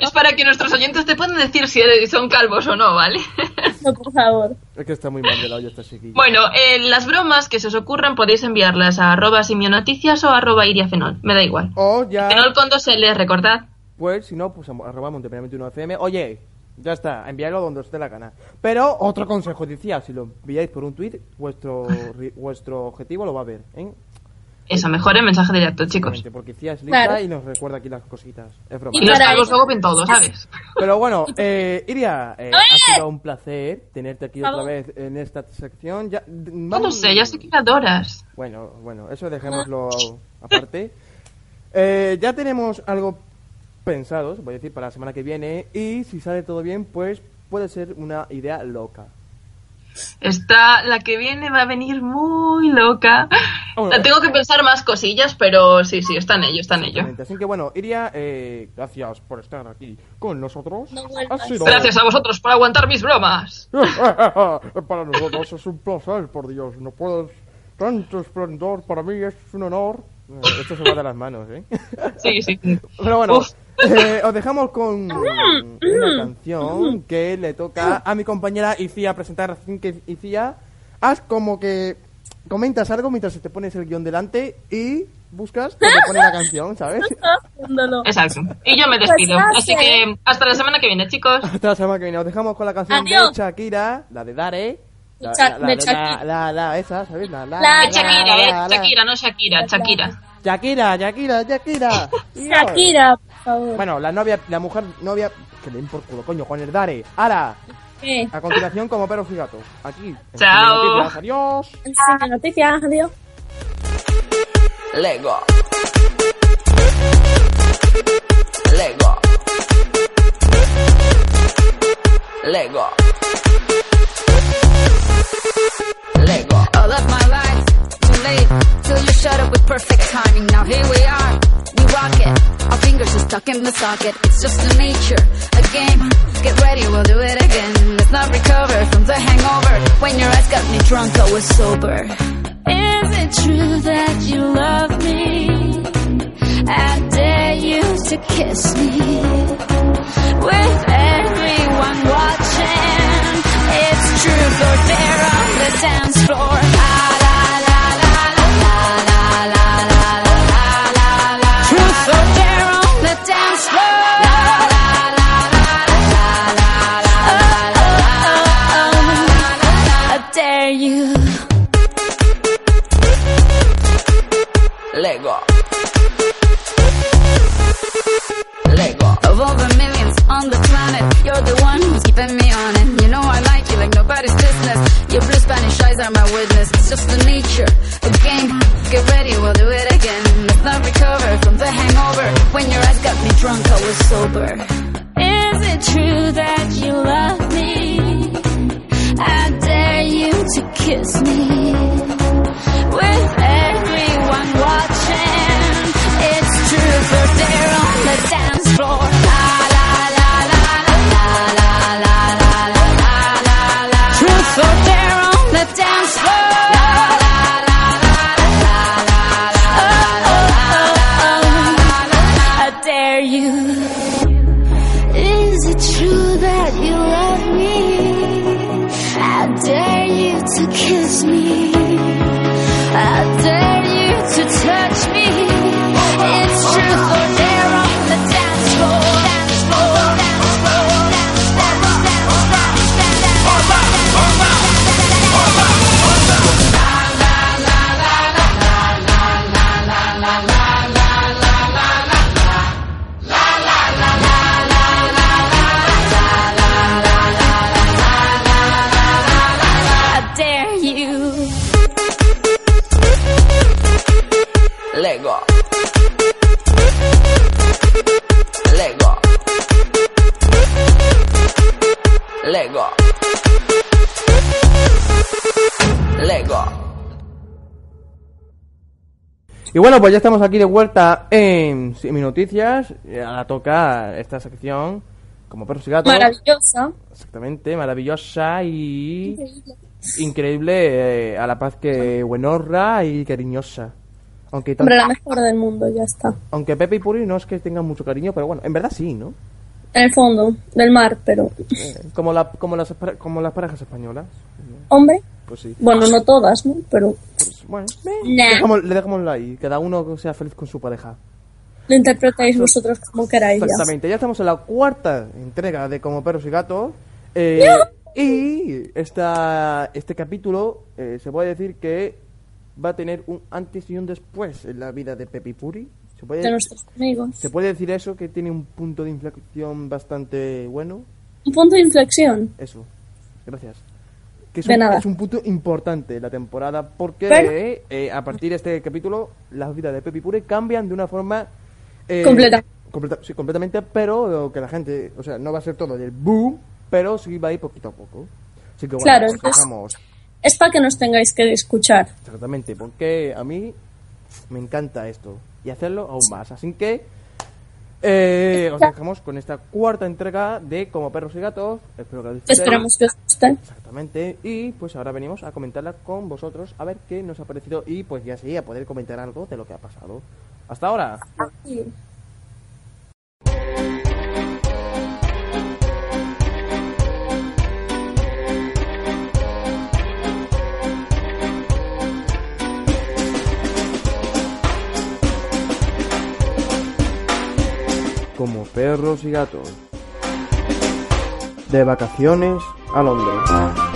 D: es para que nuestros oyentes te puedan decir si eres- son calvos o no, ¿vale?
C: No, por favor.
B: Es que está muy mal de la olla esta chiquilla.
D: Bueno, eh, las bromas que se os ocurran podéis enviarlas a arroba simionoticias o arroba iriafenol. Me da igual.
B: O ya,
D: Fenol con dos L, recordad.
B: pues si no, pues am- arroba Montepiedad 21 fm Oye, ya está, enviadlo donde os dé la gana. Pero otro consejo decía, si lo enviáis por un tweet, vuestro, ri- vuestro objetivo lo va a ver. ¿eh?
D: Eso, mejor el mensaje directo, chicos.
B: Obviamente, Porque Cía es lista
C: Claro.
B: y nos recuerda aquí las cositas. Es broma.
D: Y los
C: para
D: calvos
C: eso-
D: luego pintados, ¿sabes?
B: Pero bueno, eh, Iria, eh, ha sido un placer tenerte aquí otra
C: Vamos.
B: vez en esta sección. Ya, mm,
D: No lo sé, ya sé que me adoras.
B: Bueno, bueno, eso dejémoslo aparte. Eh, ya tenemos algo pensado, se puede decir, para la semana que viene. Y si sale todo bien, pues puede ser una idea loca.
D: Está la que viene va a venir muy loca.
B: Hombre.
D: Tengo que pensar más cosillas, pero sí, sí, está en ello, está en ello.
B: Así que bueno, Iria, eh, gracias por estar aquí con nosotros.
C: No
B: Ha
C: vuelvas.
B: sido-
D: Gracias a vosotros por aguantar mis bromas.
B: para nosotros es un placer, por Dios. No puedes. Tanto esplendor para mí es un honor. Eh, Esto se va de las manos, ¿eh?
D: Sí, sí.
B: Pero bueno,
D: Uf.
B: eh, os dejamos con una canción que le toca a mi compañera Icía presentar. Así que, Icía, haz como que comentas algo mientras te pones el guión delante y buscas que te pone la canción, ¿sabes?
C: Ah, ándalo.
D: Exacto. Y yo me despido.
C: Pues
D: Así
C: gracias.
D: que hasta la semana que viene, chicos.
B: Hasta la semana que viene. Os dejamos con la canción
C: Adiós.
B: de Shakira, la de Dare. La,
C: Cha-
B: la, la,
C: de
B: la-
C: Shakira.
B: la- la- esa, ¿sabéis? La, la,
C: La
D: Eh, Shakira, eh.
B: la- la-
D: Shakira, no Shakira, Shakira.
B: Shakira, Shakira, Shakira.
C: Shakira, por favor.
B: Bueno, la novia, la mujer novia, que le den por culo, coño, con el Dare. ¡Hala!
C: Eh,
B: A continuación, como perros y gatos. Aquí. en
D: Chao.
B: Cine Noticias. Adiós.
C: enseña noticias, adiós.
H: Lego. Lego. Lego. Lego.
I: All of my life, too late. Till you showed up with perfect timing. Now here we are, we rock it. Our fingers are stuck in the socket. It's just the nature, a game. Get ready, we'll do it again. Let's not recover from the hangover. When your eyes got me drunk, I was sober. Is it true that you love me? I dare you to kiss me with everyone watching. It's truth or dare on the dance floor. La la la la la la la la la la la la la. Truth or dare on the dance floor. La la la la la la la la la la. I dare you.
H: Lego. Lego.
I: Of all the millions on the planet, you're the one who's keeping me on it. You know I like you like nobody's business. Your blue Spanish eyes are my witness. It's just the nature, a game. Get ready, we'll do it again. Let's not recover from the hangover. When your eyes got me drunk, I was sober. Is it true that you love me? I dare you to kiss me with everyone watching. It's truth or dare on the dance floor. La la la la la la la la la la la la la. Truth or dare on the dance floor. La la la la la la la la la la. I dare you. Is it true that you love me? I dare you to kiss me. I dare you to touch me. It's truth or dare on the dance floor. Dance floor, dance floor, dance floor, dance floor, dance floor, dance floor. I dare you.
H: Lego. Lego. Lego. Lego.
B: Y bueno, pues ya estamos aquí de vuelta en Cine Noticias. Y Ahora toca esta sección, como perros y gatos.
C: Maravillosa.
B: Exactamente, maravillosa y increíble eh, a la paz que buenorra y cariñosa. Aunque, tan-
C: Hombre, la mejor del mundo, ya está.
B: aunque Pepe y Puri no es que tengan mucho cariño, pero bueno, en verdad sí, ¿no?
C: En el fondo, del mar, pero.
B: Eh, Como, la, como, las, pare- como las parejas españolas.
C: Hombre,
B: Pues sí.
C: bueno, no todas, ¿no? Pero.
B: Pues, bueno, eh,
C: Nah.
B: dejamos- le dejémoslo ahí. Cada uno sea feliz con su pareja.
C: Lo interpretáis vosotros como queráis. Ya.
B: Exactamente, ya estamos en la cuarta entrega de Como Perros y Gatos. eh, y esta, este capítulo eh, se puede decir que va a tener un antes y un después en la vida de Pepe Puri. ¿Se
J: de
B: puede,
J: nuestros amigos.
B: ¿Se puede decir eso? Que tiene un punto de inflexión bastante bueno.
J: Un punto de inflexión.
B: Eso. Gracias. Que es,
J: De
B: un,
J: nada.
B: es un punto importante de la temporada porque
J: Bueno.
B: eh, eh, a partir de este capítulo las vidas de Pepe y Pure cambian de una forma eh,
J: Completa.
B: completa- sí, completamente, pero que la gente, o sea, no va a ser todo del boom, pero sí va a ir poquito a poco. Así que bueno,
J: Claro,
B: os
J: entonces-
B: dejamos
J: Es para que nos tengáis que escuchar.
B: exactamente porque a mí me encanta esto y hacerlo aún más. Así que eh, os dejamos con esta cuarta entrega de Como perros y gatos. Espero que lo disfrutéis.
J: Esperamos que os guste.
B: Exactamente, y pues ahora venimos a comentarla con vosotros, a ver qué nos ha parecido y pues ya sí, a poder comentar algo de lo que ha pasado. Hasta ahora. Como perros y gatos. De vacaciones a Londres. ¡Ah!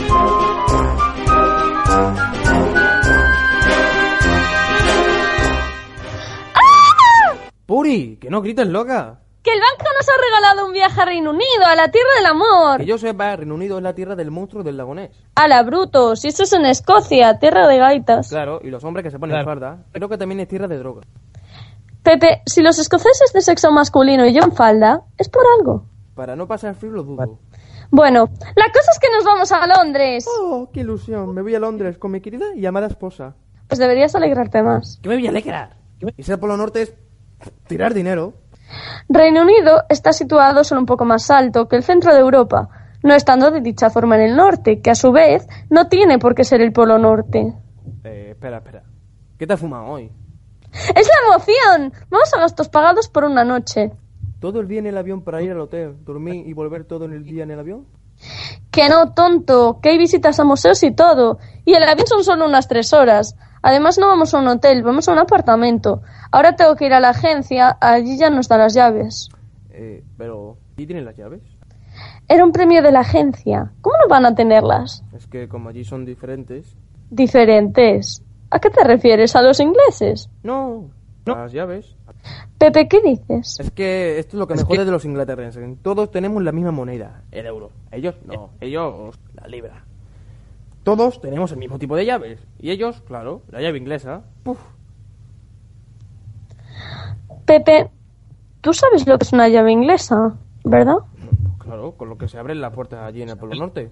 B: Puri, que no grites loca.
C: Que el banco nos ha regalado un viaje a Reino Unido, a la tierra del amor.
B: Que yo sepa, Reino Unido es la tierra del monstruo del lagonés.
C: A la Brutos, y eso es en Escocia, tierra de gaitas.
B: Claro, y los hombres que se ponen farda. Creo que también es tierra de droga.
C: Pepe, si los escoceses de sexo masculino y yo en falda, es por algo.
B: Para no pasar frío lo dudo.
C: Bueno, la cosa es que nos vamos a Londres.
B: Oh, qué ilusión. Me voy a Londres con mi querida y amada esposa.
C: Pues deberías alegrarte más.
B: Que me voy a alegrar. Y ser Polo Norte es tirar dinero.
C: Reino Unido está situado solo un poco más alto que el centro de Europa, no estando de dicha forma en el norte, que a su vez no tiene por qué ser el polo norte.
B: Eh, espera, espera. ¿Qué te has fumado hoy?
C: ¡Es la emoción! Vamos a gastos pagados por una noche.
B: Todo el día en el avión para ir al hotel, dormir y volver todo en el día en el avión.
C: Que no, tonto, que hay visitas a museos y todo. Y el avión son solo unas tres horas. Además no vamos a un hotel, vamos a un apartamento. Ahora tengo que ir a la agencia, allí ya nos da las llaves.
B: Eh, pero ¿y tienen las llaves?
C: Era un premio de la agencia. ¿Cómo no van a tenerlas?
B: Es que como allí son diferentes.
C: Diferentes. ¿A qué te refieres? ¿A los ingleses?
B: No, no. Las llaves.
C: Pepe, ¿qué dices?
B: Es que esto es lo que me jode de los inglaterrenses. Todos tenemos la misma moneda, el euro. Ellos no, ellos la libra. Todos tenemos el mismo tipo de llaves. Y ellos, claro, la llave inglesa. Puf.
C: Pepe, tú sabes lo que es una llave inglesa, ¿verdad?
B: pues Claro, con lo que se abren las puertas allí en el Polo Norte.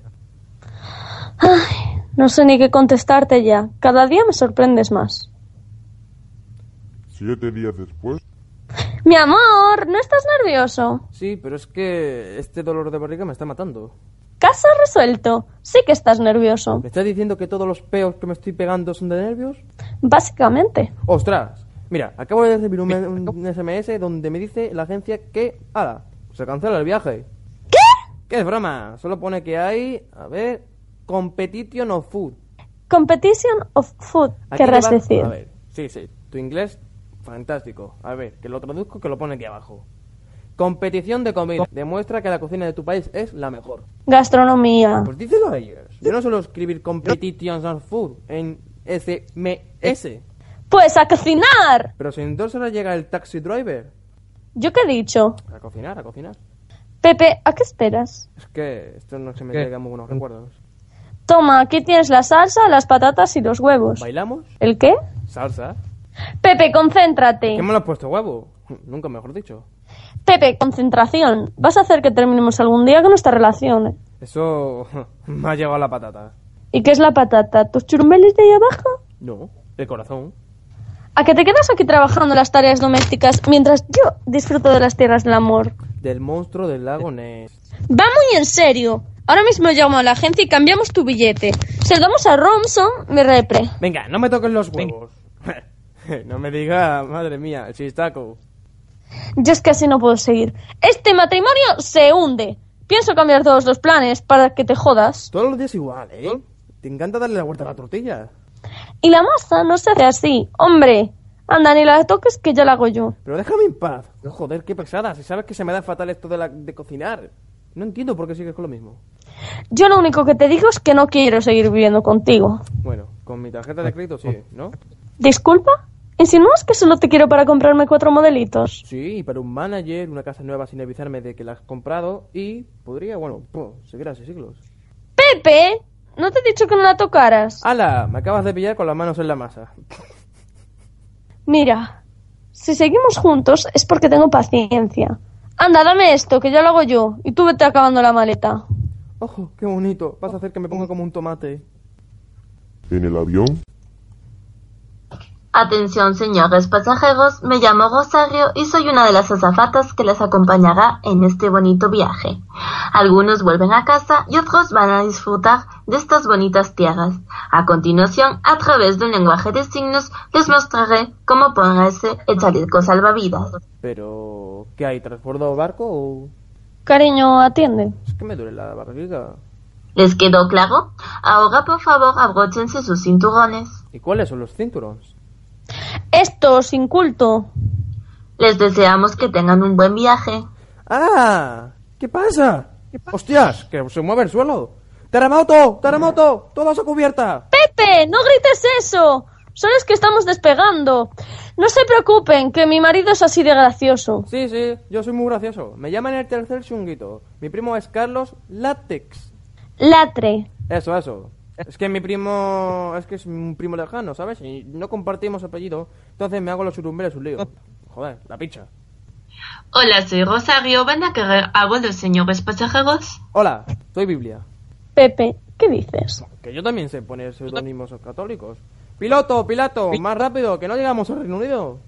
C: No sé ni qué contestarte ya. Cada día me sorprendes más.
K: Siete días después,
C: Mi amor, ¿no estás nervioso?
B: Sí, pero es que este dolor de barriga me está matando.
C: Caso resuelto. Sí que estás nervioso.
B: ¿Me estás diciendo que todos los peos que me estoy pegando son de nervios?
C: Básicamente.
B: ¡Ostras! Mira, acabo de recibir un, me- un SMS donde me dice la agencia que... ¡Hala! Se cancela el viaje. ¿Qué? ¿Qué es broma? Solo pone que hay... A ver... Competition of food.
C: Competition of food,
B: Aquí
C: querrás
B: lleva-
C: decir.
B: A ver, sí, sí. Tu inglés, fantástico. A ver, que lo traduzco, que lo pone aquí abajo. Competición de comida. Demuestra que la cocina de tu país es la mejor.
C: Gastronomía.
B: Pues díselo a ellos. Yo no suelo escribir competitions of food en SMS.
C: Pues a cocinar.
B: Pero si en dos horas llega el taxi driver.
C: ¿Yo qué he dicho?
B: A cocinar, a cocinar.
C: Pepe, ¿a qué esperas?
B: Es que esto no se me traiga muy buenos recuerdos.
C: Toma, aquí tienes la salsa, las patatas y los huevos.
B: ¿Bailamos?
C: ¿El qué?
B: ¿Salsa?
C: Pepe, concéntrate.
B: ¿Qué me lo has puesto huevo? Nunca mejor dicho.
C: Pepe, concentración. Vas a hacer que terminemos algún día con nuestra relación.
B: Eso me ha llegado la patata.
C: ¿Y qué es la patata? ¿Tus churumbeles de ahí abajo?
B: No, de corazón.
C: ¿A que te quedas aquí trabajando las tareas domésticas mientras yo disfruto de las tierras del amor?
B: Del monstruo del lago Ness.
C: Va muy en serio. Ahora mismo llamo a la agencia y cambiamos tu billete. Se lo damos a Romson, mi repre.
B: Venga, no me toques los huevos. no me diga, madre mía, el chistaco.
C: Yo es que así no puedo seguir. Este matrimonio se hunde. Pienso cambiar todos los planes para que te jodas.
B: Todos los días igual, ¿eh? Te encanta darle la vuelta a la tortilla.
C: Y la masa no se hace así, hombre. Anda, ni la toques que ya la hago yo.
B: Pero déjame en paz. Joder, qué pesada. Si sabes que se me da fatal esto de, la, de cocinar. No entiendo por qué sigues con lo mismo.
L: Yo lo único que te digo es que no quiero seguir viviendo contigo.
B: Bueno, con mi tarjeta de crédito Ah, sí, ¿no?
L: ¿Disculpa? ¿Insinúas que solo te quiero para comprarme cuatro modelitos?
B: Sí, y para un manager, una casa nueva sin avisarme de que la has comprado y podría, bueno, pum, seguir así siglos.
L: ¡Pepe! ¿No te he dicho que no la tocaras? Ah,
B: ¡Hala! Me acabas de pillar con las manos en la masa.
L: Mira, si seguimos juntos es porque tengo paciencia. Anda, dame esto, que ya lo hago yo, y tú vete acabando la maleta.
B: Ojo, qué bonito. Vas a hacer que me ponga como un tomate.
M: En el avión,
N: Atención, señores pasajeros, me llamo Rosario y soy una de las azafatas que les acompañará en este bonito viaje. Algunos vuelven a casa y otros van a disfrutar de estas bonitas tierras. A continuación, a través de un lenguaje de signos, les mostraré cómo ponerse el chaleco salvavidas.
B: Pero, ¿qué hay? ¿Transbordo barco o...?
L: Cariño, atiende.
B: Es que me duele la barriga.
N: ¿Les quedó claro? Ahora, por favor, abróchense sus cinturones.
B: ¿Y cuáles son los cinturones?
L: Esto, sin culto.
N: Les deseamos que tengan un buen viaje.
B: ¡Ah! ¿Qué pasa? ¡Hostias! ¡Que se mueve el suelo! ¡Terremoto! ¡Terremoto! ¡Todos a cubierta!
L: Pepe, no grites eso. Solo es que estamos despegando. No se preocupen, que mi marido es así de gracioso.
B: Sí, sí, yo soy muy gracioso. Me llaman el tercer chunguito. Mi primo es Carlos Látex.
L: Latre.
B: Eso, eso. Es que mi primo. Es que es un primo lejano, ¿sabes? Y no compartimos apellido. Entonces me hago los churumbeles un lío. Joder, la picha.
D: Hola, soy Rosario. ¿Van a querer algo los señores pasajeros?
B: Hola, soy Biblia.
L: Pepe, ¿qué dices?
B: Que yo también sé poner seudónimos católicos. Piloto, piloto, más rápido, que no llegamos al Reino Unido.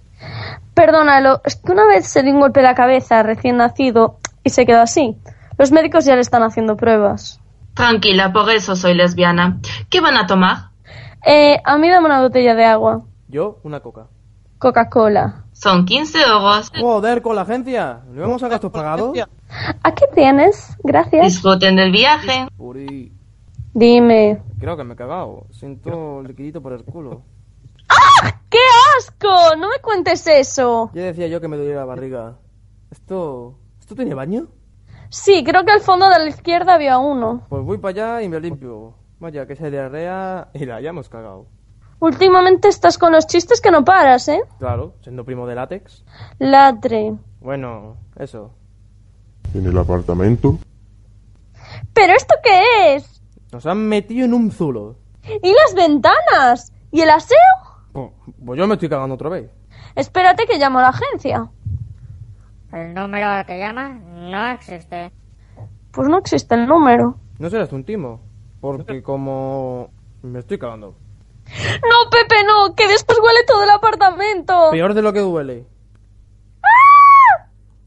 L: Perdónalo, es que una vez se dio un golpe en la cabeza recién nacido y se quedó así. Los médicos ya le están haciendo pruebas.
D: Tranquila, por eso soy lesbiana. ¿Qué van a tomar?
L: Eh, a mí dame una botella de agua.
B: Yo, una coca.
L: Coca-Cola.
D: Son 15 euros.
B: Joder, con la agencia. ¿Le vamos a gastos pagados?
L: Aquí tienes, gracias.
D: Disfruten del viaje.
B: Uri,
L: Dime.
B: creo que me he cagado. Siento liquidito por el culo.
L: ¡Ah! ¡Qué asco! No me cuentes eso.
B: Ya decía yo que me dolía la barriga. ¿Esto. ¿Esto tiene baño?
L: Sí, creo que al fondo de la izquierda había uno.
B: Pues voy para allá y me limpio. Vaya, que esa diarrea y la hayamos cagado.
L: Últimamente estás con los chistes que no paras, ¿eh?
B: Claro, siendo primo de látex.
L: Latre.
B: Bueno, eso.
M: en el apartamento,
L: ¿Pero esto qué es?
B: Nos han metido en un zulo.
L: ¿Y las ventanas? ¿Y el aseo?
B: Pues, pues yo me estoy cagando otra vez.
L: Espérate que llamo a la agencia.
O: El número al que llama no existe.
L: Pues no existe el número.
B: No serás un timo. Porque como... Me estoy cagando.
L: No, Pepe, no, que después huele todo el apartamento.
B: Peor de lo que duele.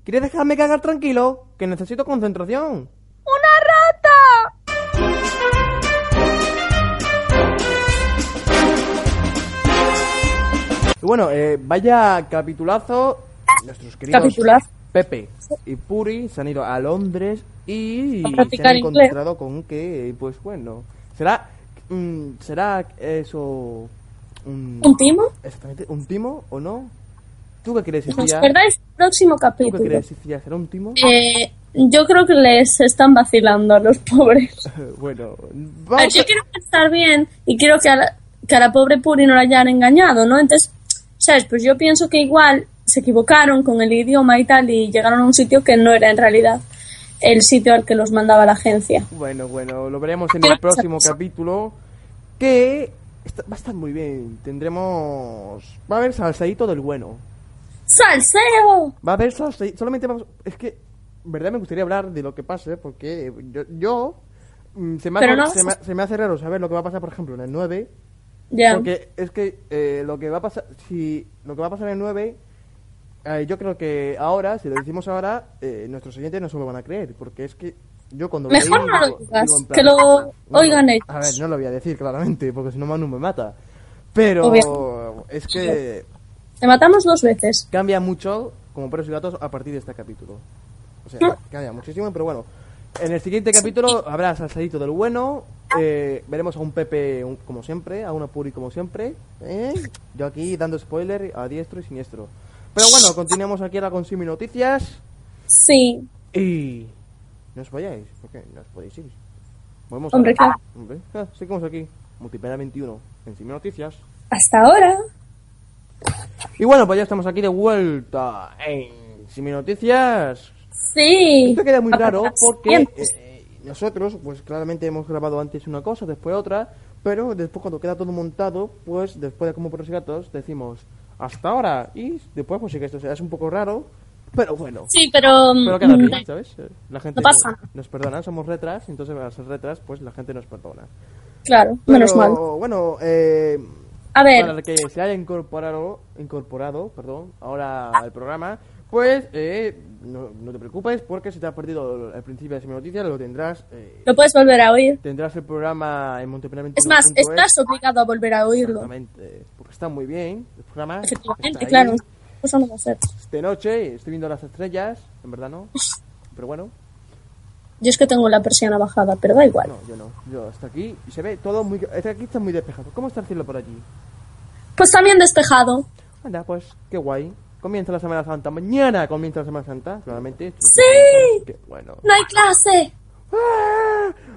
B: ¿Quieres dejarme cagar tranquilo? Que necesito concentración.
L: ¡Una rata!
B: Y bueno, eh, vaya capitulazo. Nuestros queridos
C: Capitular.
B: Pepe y Puri se han ido a Londres y
C: A
B: se han
C: practicar inglés.
B: encontrado con que, pues bueno, será, mm, será eso un,
C: ¿Un timo?
B: exactamente un timo o no? ¿Tú qué crees,
C: Nos
B: Icía?
C: perdáis el próximo
B: ¿Tú qué
C: capítulo.
B: crees, Icía? ¿Será un timo?
C: Eh, yo creo que les están vacilando a los pobres.
B: bueno,
C: Ah,
B: vamos.
C: Yo quiero estar bien y quiero que a, la, que a la pobre Puri no la hayan engañado, ¿no? Entonces, ¿sabes? Pues yo pienso que igual se equivocaron con el idioma y tal y llegaron a un sitio que no era en realidad el sitio al que los mandaba la agencia.
B: Bueno, bueno, lo veremos en el próximo capítulo. Que está- va a estar muy bien. Tendremos. Va a haber salseíto del bueno.
C: ¡Salseo!
B: Va a haber salseíto. Solamente vamos. Es que, en verdad, me gustaría hablar de lo que pase. Porque yo. yo, mm, se, me hace,
C: Pero no-
B: se, me, se me hace raro saber lo que va a pasar, por ejemplo, en el 9.
C: Ya.
B: Porque es que eh, lo que va a pasar. Si lo que va a pasar en el 9. eh, yo creo que ahora, si lo decimos ahora, eh, nuestros oyentes no se lo van a creer. Porque es que yo cuando.
C: Mejor
B: leí,
C: no lo
B: digo-
C: digas,
B: digo en plan,
C: que lo
B: no,
C: oigan
B: no,
C: ellos.
B: A ver, no lo voy a decir claramente, porque si no Manu me mata. Pero
C: Obvio.
B: es que
C: Te matamos dos veces.
B: cambia mucho como perros y gatos a partir de este capítulo. O
C: Mm.
B: sea, cambia muchísimo, pero bueno. En el siguiente capítulo habrá salsadito del bueno. eh, veremos a un Pepe un- como siempre, a una Puri como siempre. ¿eh? Yo aquí dando spoiler a diestro y siniestro. Pero bueno, continuamos aquí ahora con Simi Noticias.
C: Sí.
B: Y. No os vayáis, porque no os podéis ir. Volvemos
C: Hombre,
B: a...
C: claro.
B: Hombre, ah, seguimos aquí. Multipera 21. Encima noticias.
C: Hasta ahora.
B: Y bueno, pues ya estamos aquí de vuelta en Simi Noticias.
C: Sí.
B: Esto queda muy raro
C: Apenas
B: porque
C: bien.
B: eh, nosotros, pues claramente hemos grabado antes una cosa, después otra, pero después cuando queda todo montado, pues después de como por los gatos, decimos hasta ahora. Y después, pues sí que esto se- es un poco raro, pero bueno.
C: Sí, pero, mm,
B: Pero queda bien,
C: da-
B: ¿sabes? La gente
C: no pasa nada.
B: nos perdona, somos retras, entonces al ser retras, pues la gente nos perdona.
C: Claro,
B: Pero,
C: menos mal.
B: Bueno, eh,
C: A ver.
B: para el que se haya incorporado, incorporado perdón, ahora al programa, pues eh, no, no te preocupes porque si te has perdido el principio de esa noticia, lo tendrás. eh,
C: Lo puedes volver a oír.
B: Tendrás el programa en Montepinamente.
C: Es más, estás obligado a volver a oírlo.
B: Exactamente, porque está muy bien el programa. está
C: Efectivamente,
B: ahí.
C: claro. Pues Eso no va a ser.
B: Es De noche, estoy viendo las estrellas, en verdad no, pero bueno.
C: Yo es que tengo la persiana bajada, pero da igual.
B: No, yo no. Yo hasta aquí y se ve todo muy. Hasta aquí está muy despejado. ¿Cómo está el cielo por allí?
C: Pues también despejado.
B: Anda, pues qué guay. Comienza la Semana Santa. Mañana comienza la Semana Santa, claramente. Esto-
C: ¡Sí!
B: Qué bueno. ¡Ah!
C: ¡No hay clase!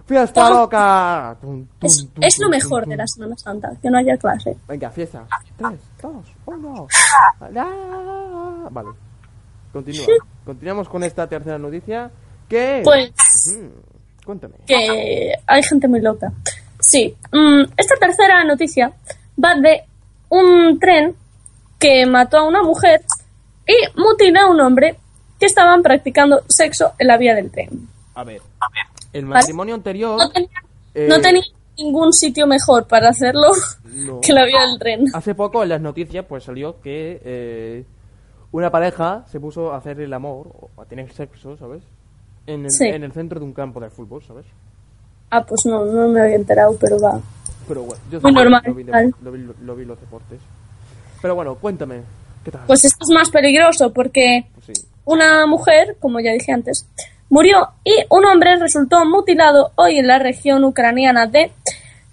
B: ¡Fiesta loca! Tum, tum,
C: Es,
B: tum,
C: es lo
B: tum,
C: mejor
B: tum,
C: de la
B: tum.
C: Semana Santa, que no haya clase.
B: Venga, fiesta. Tres, dos, uno.
C: Ah.
B: Alá. Vale. Continúa. Continuamos con esta tercera noticia. ¿Qué?
C: Pues-
B: Ujú. Cuéntame.
C: que hay gente muy loca. Sí, mm, esta tercera noticia va de un tren que mató a una mujer y mutiló a un hombre que estaban practicando sexo en la vía del tren.
B: A ver. El matrimonio anterior.
C: No tenía,
B: eh,
C: no tenía ningún sitio mejor para hacerlo
B: no. Ah,
C: que la vía del tren.
B: Hace poco en las noticias pues salió que eh, una pareja se puso a hacer el amor o a tener sexo, ¿sabes? En el,
C: Sí.
B: en el centro de un campo de fútbol, ¿sabes?
C: Ah, pues no, no me había enterado, pero va.
B: Pero bueno, yo
C: Muy
B: también
C: normal,
B: Lo, vi de-
C: tal.
B: lo vi, lo vi en los deportes. Pero bueno, cuéntame, ¿qué tal?
C: Pues esto es más peligroso porque
B: Pues sí.
C: Una mujer, como ya dije antes, murió y un hombre resultó mutilado hoy en la región ucraniana de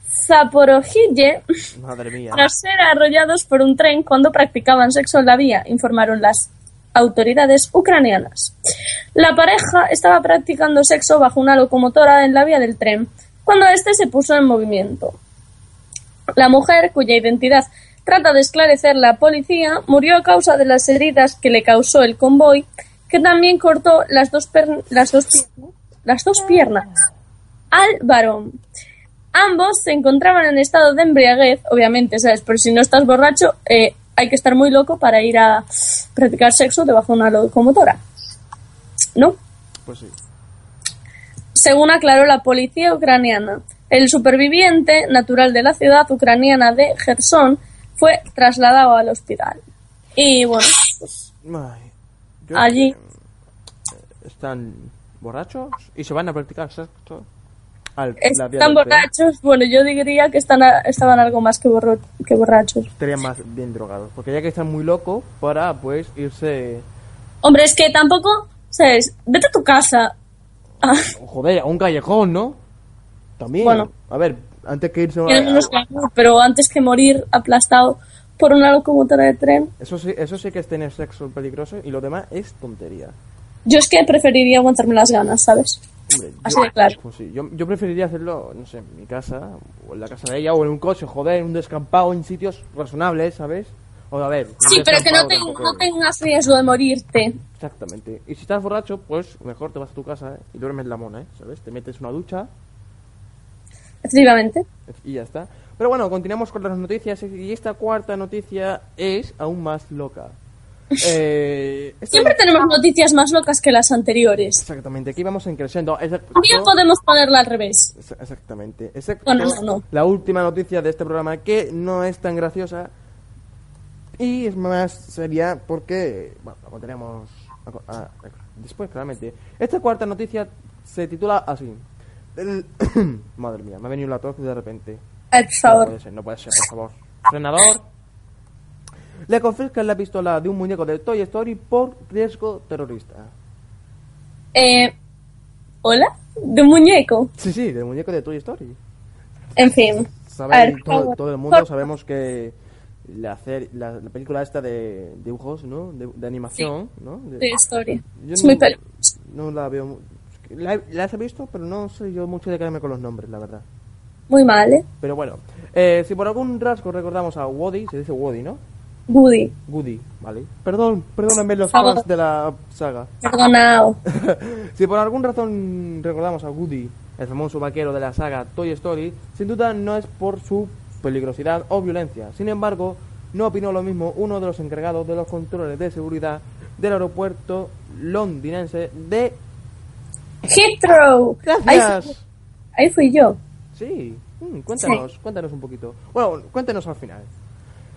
C: Zaporojille
B: Madre mía.
C: tras ser arrollados por un tren cuando practicaban sexo en la vía, informaron las autoridades ucranianas. La pareja estaba practicando sexo bajo una locomotora en la vía del tren cuando éste se puso en movimiento. La mujer, cuya identidad trata de esclarecer la policía, murió a causa de las heridas que le causó el convoy, que también cortó las dos, per- las dos, piernas, las dos piernas al varón. Ambos se encontraban en estado de embriaguez, obviamente, ¿sabes? Pero si no estás borracho, eh, hay que estar muy loco para ir a practicar sexo debajo de una locomotora. ¿No?
B: Pues sí.
C: según aclaró la policía ucraniana. El superviviente, natural de la ciudad ucraniana de Gerson, fue trasladado al hospital. Y bueno, pues,
B: Ay, yo-
C: allí
B: Están borrachos y se van a practicar sexo. Al, la vía
C: están
B: del tren.
C: borrachos. Bueno, yo diría que están a- estaban algo más que, borro- que borrachos.
B: Estarían más bien drogados. Porque ya que están muy locos para pues irse
C: Hombre, es que tampoco, ¿sabes? Vete a tu casa. Ah,
B: Joder, a un callejón, ¿no? También.
C: Bueno.
B: A ver, antes que irse. a-
C: tienen unos glamour, pero antes que morir aplastado por una locomotora de tren,
B: Eso sí, eso sí que es tener sexo peligroso y lo demás es tontería.
C: yo es que preferiría aguantarme las ganas, ¿sabes?
B: Hombre,
C: Así
B: yo,
C: de Ah, claro.
B: pues sí, yo, yo preferiría hacerlo, no sé, en mi casa, o en la casa de ella, o en un coche, joder, en un descampado, en sitios razonables, ¿sabes? O a ver. un
C: Sí, pero que no,
B: descampado
C: ten-
B: tampoco-
C: no tengas riesgo de morirte.
B: Exactamente. Y si estás borracho, pues mejor te vas a tu casa ¿eh? y duermes la mona, ¿eh? ¿Sabes? Te metes una ducha
C: Efectivamente.
B: y ya está. Pero bueno, continuamos con las noticias y esta cuarta noticia es aún más loca. Eh, esta-
C: Siempre tenemos noticias más locas que las anteriores.
B: Exactamente, aquí vamos en creciendo. Exacto.
C: Un día podemos ponerla al revés.
B: Ex- Exactamente. Excepto
C: No, no, no, no.
B: la última noticia de este programa que no es tan graciosa y es más seria porque, bueno, la contaremos a- a- a- después, claramente. Esta cuarta noticia se titula así. El- Madre mía, me ha venido la tos de repente.
C: Por
B: No
C: favor.
B: puede ser, no puede ser, por favor. Frenador. Le confiscan la pistola de un muñeco de Toy Story por riesgo terrorista.
C: Eh, ¿Hola? ¿De un muñeco?
B: Sí, sí, del muñeco de Toy Story.
C: En fin.
B: Saben,
C: A ver, por
B: todo,
C: favor.
B: todo el mundo
C: Por-
B: sabemos que la, cer- la, la película esta de dibujos, ¿no? De, de animación, ¿no? De,
C: De historia.
B: Yo
C: Es muy
B: no-
C: pel-
B: No la veo... mu- la he- las he visto, pero no soy yo mucho de quedarme con los nombres, la verdad.
C: Muy mal, ¿eh?
B: Pero bueno, eh, si por algún rasgo recordamos a Woody, se dice Woody, ¿no?
C: Woody.
B: Woody, vale. Perdón, perdóname los fans de la saga.
C: Perdonao.
B: si por algún razón recordamos a Woody, el famoso vaquero de la saga Toy Story, sin duda no es por su peligrosidad o violencia. Sin embargo, no opinó lo mismo uno de los encargados de los controles de seguridad del aeropuerto londinense de...
C: Heathrow. Ahí fui,
B: Gracias.
C: ahí fui yo.
B: Sí, Mm, cuéntanos, cuéntanos un poquito. Bueno, cuéntanos al final.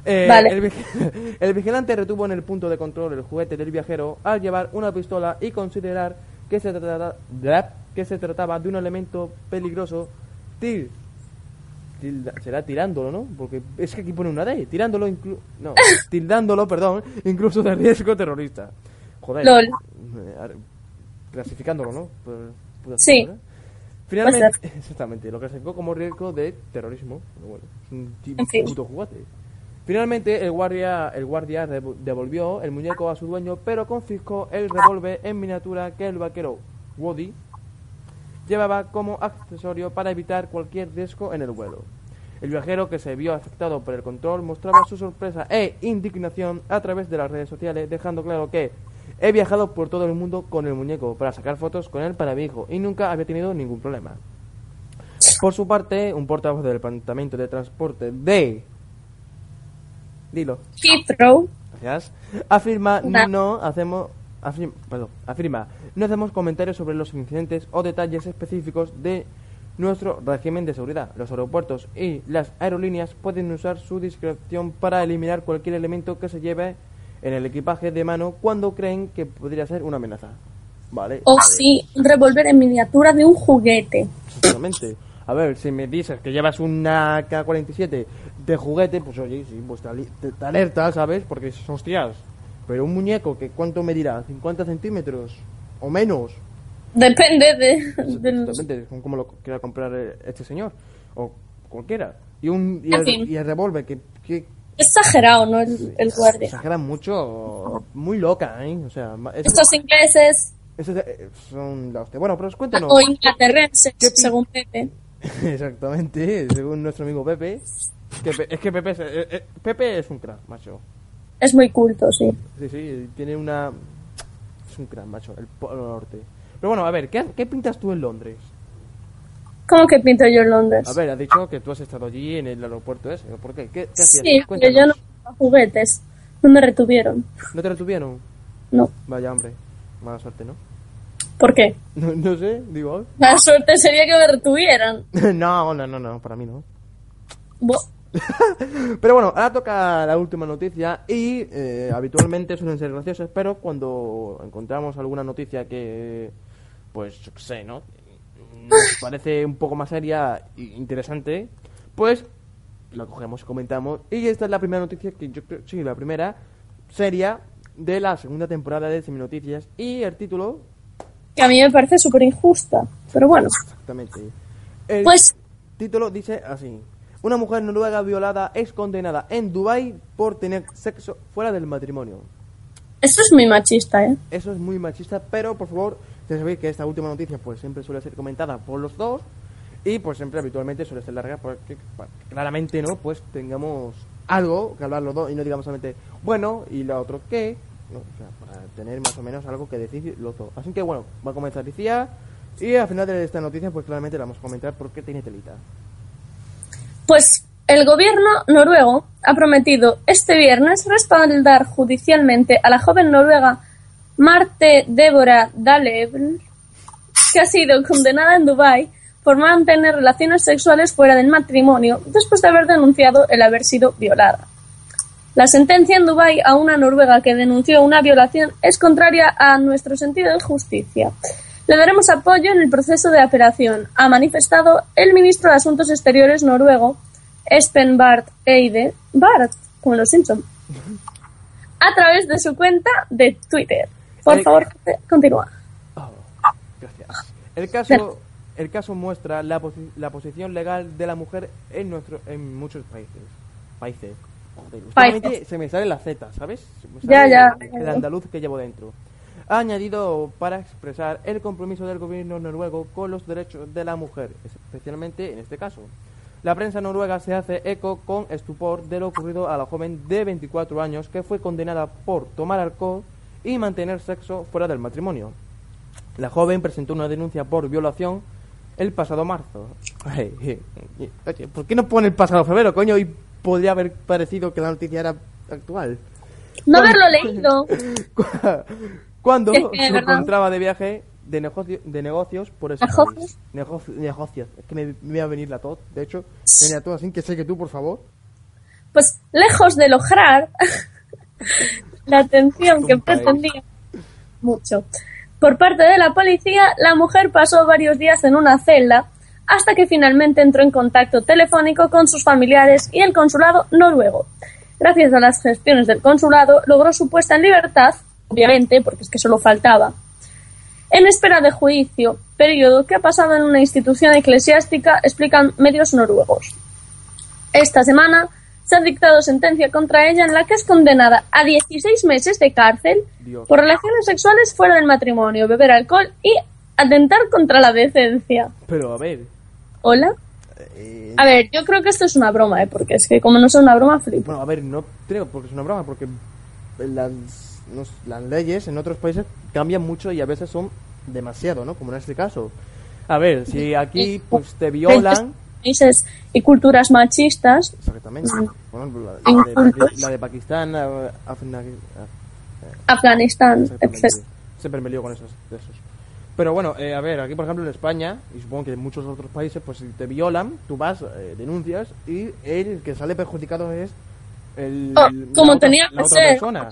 B: Eh,
C: Vale.
B: el, vig- el vigilante retuvo en el punto de control el juguete del viajero al llevar una pistola y considerar que se, tratara- blap, que se trataba de un elemento peligroso. Til, tilda- será tirándolo, ¿no? Porque es que aquí pone una D. Tirándolo, inclu- no, tildándolo, perdón, incluso de riesgo terrorista. Joder.
C: Lol.
B: Eh, ar- Clasificándolo, ¿no? Por- por-
C: Sí.
B: Finalmente,
C: Puede
B: exactamente, lo clasificó como riesgo de terrorismo. Pero bueno, mm, es un ti-
C: En fin.
B: puto juguete. Finalmente, el guardia, el guardia dev- devolvió el muñeco a su dueño, pero confiscó el revólver en miniatura que el vaquero Woody llevaba como accesorio para evitar cualquier riesgo en el vuelo. El viajero que se vio afectado por el control mostraba su sorpresa e indignación a través de las redes sociales, dejando claro que he viajado por todo el mundo con el muñeco para sacar fotos con él para mi hijo y nunca había tenido ningún problema. Por su parte, un portavoz del Departamento de Transporte de... Dilo.
C: Heathrow.
B: Gracias. Afirma,
C: Una-
B: no hacemos... afirm- perdón, afirma, no hacemos comentarios sobre los incidentes o detalles específicos de nuestro régimen de seguridad. Los aeropuertos y las aerolíneas pueden usar su discreción para eliminar cualquier elemento que se lleve en el equipaje de mano cuando creen que podría ser una amenaza. Vale.
C: O sí, un revólver en miniatura de un juguete.
B: Exactamente. A ver, si me dices que llevas una K-47 de juguete, pues oye, sí, pues te, ali- te- te alerta, ¿sabes? Porque dices, hostias. Pero un muñeco, que ¿cuánto medirá? ¿50 centímetros? ¿O menos?
C: Depende de, del-
B: Exactamente, con cómo lo quiera comprar eh, este señor. O cualquiera. Y, un, y
C: En
B: el,
C: fin.
B: y el revólver, que, que
C: Exagerado, ¿no? El, el guardia.
B: exagera mucho. Muy loca, ¿eh? O sea, ma- es-
C: Estos ingleses
B: esos, eh, son la hostia. Bueno, pero cuéntanos.
C: o inglaterrenses, según Pepe.
B: Exactamente, según nuestro amigo Pepe. Que Pe- es que Pepe es, eh, eh, Pepe es un crack, macho.
C: Es muy culto, sí.
B: Sí, sí, tiene una... Es un crack, macho, el Polo Norte. Pero bueno, a ver, ¿qué, qué pintas tú en Londres?
C: ¿Cómo que pinto yo en Londres?
B: A ver, has dicho que tú has estado allí en el aeropuerto ese. ¿Por qué? ¿Qué, qué hacías?
C: sí, pero
B: Cuéntanos.
C: yo no compraba juguetes. No me retuvieron.
B: ¿No te retuvieron?
C: No.
B: Vaya, hombre. Mala suerte, ¿no?
C: ¿Por qué?
B: No, no sé, digo...
C: La suerte sería que me retuvieran.
B: no, no, no, no, para mí no.
C: Bo-
B: Pero bueno, ahora toca la última noticia y eh, habitualmente suelen ser graciosos, pero cuando encontramos alguna noticia que, pues, yo qué sé, ¿no? Nos parece un poco más seria e interesante, pues la cogemos y comentamos. Y esta es la primera noticia que yo creo, sí, la primera seria de la segunda temporada de Seminoticias y el título,
C: que a mí me parece súper injusta. Pero bueno.
B: exactamente. El
C: Pues-
B: título dice así. Una mujer noruega violada es condenada en Dubai por tener sexo fuera del matrimonio.
C: Esto es muy machista, ¿eh?
B: Eso es muy machista, pero por favor, ya sabéis que esta última noticia pues siempre suele ser comentada por los dos y pues siempre habitualmente suele ser larga porque pa- claramente no, pues tengamos algo que hablar los dos y no digamos solamente bueno y la otro qué, no, o sea, para tener más o menos algo que decir los dos. Así que bueno, va a comenzar Lucía y al final de esta noticia pues claramente la vamos a comentar porque tiene telita.
C: Pues el gobierno noruego ha prometido este viernes respaldar judicialmente a la joven noruega Marte Débora Dalebl, que ha sido condenada en Dubái por mantener relaciones sexuales fuera del matrimonio después de haber denunciado el haber sido violada. La sentencia en Dubái a una noruega que denunció una violación es contraria a nuestro sentido de justicia. Le daremos apoyo en el proceso de apelación, ha manifestado el ministro de Asuntos Exteriores noruego, Espen Barth Eide, Barth, como los Simpson, a través de su cuenta de Twitter. Por
B: Eh,
C: favor, continúa.
B: Gracias. El caso, el caso muestra la, posi- la posición legal de la mujer en nuestro en muchos países. Países. Joder, últimamente
C: Países.
B: se me sale la Z, ¿sabes? Se me
C: Ya,
B: sale
C: ya.
B: El, el andaluz que llevo dentro. ha añadido para expresar el compromiso del gobierno noruego con los derechos de la mujer, especialmente en este caso. La prensa noruega se hace eco con estupor de lo ocurrido a la joven de 24 años que fue condenada por tomar alcohol y mantener sexo fuera del matrimonio. La joven presentó una denuncia por violación el pasado marzo. Ay, oye, ¿Por qué no pone el pasado febrero, coño? Y podría haber parecido que la noticia era actual.
C: No haberlo leído.
B: Cuando
C: Es que,
B: se
C: ¿verdad?
B: encontraba de viaje de, negocio- de negocios por ese
C: ¿Negocios?
B: país. Negocio- negocios. Es que me, me va a venir la tos. De hecho, venía todo así que sé que tú, por favor.
C: Pues lejos de lograr la atención que
B: Tumpa, eh.
C: pretendía mucho. Por parte de la policía, la mujer pasó varios días en una celda hasta que finalmente entró en contacto telefónico con sus familiares y el consulado noruego. Gracias a las gestiones del consulado, logró su puesta en libertad, obviamente, porque es que solo faltaba, en espera de juicio, periodo que ha pasado en una institución eclesiástica, explican medios noruegos. Esta semana se ha dictado sentencia contra ella en la que es condenada a 16 meses de cárcel
B: Dios.
C: por relaciones sexuales fuera del matrimonio, beber alcohol y atentar contra la decencia.
B: Pero a ver.
C: ¿Hola?
B: eh,
C: A ver, yo creo que esto es una broma, ¿eh? porque es que como no es una broma, flipo.
B: Bueno, a ver, no creo porque es una broma, porque las, no sé, las leyes en otros países cambian mucho y a veces son demasiado, ¿no? Como en este caso. A ver, si aquí pues te violan.
C: Países y culturas machistas.
B: Exactamente. Bueno, la, la de, Paqui- la de Pakistán, eh, Afgan-
C: Afganistán, etc.
B: Siempre me lío con esos. de esos. Pero bueno, eh, a ver, aquí por ejemplo en España, y supongo que en muchos otros países, pues si te violan, tú vas, eh, denuncias, y el que sale perjudicado es el,
C: Oh,
B: el-
C: como
B: la otra-
C: tenía
B: la
C: que
B: otra
C: ser.
B: persona.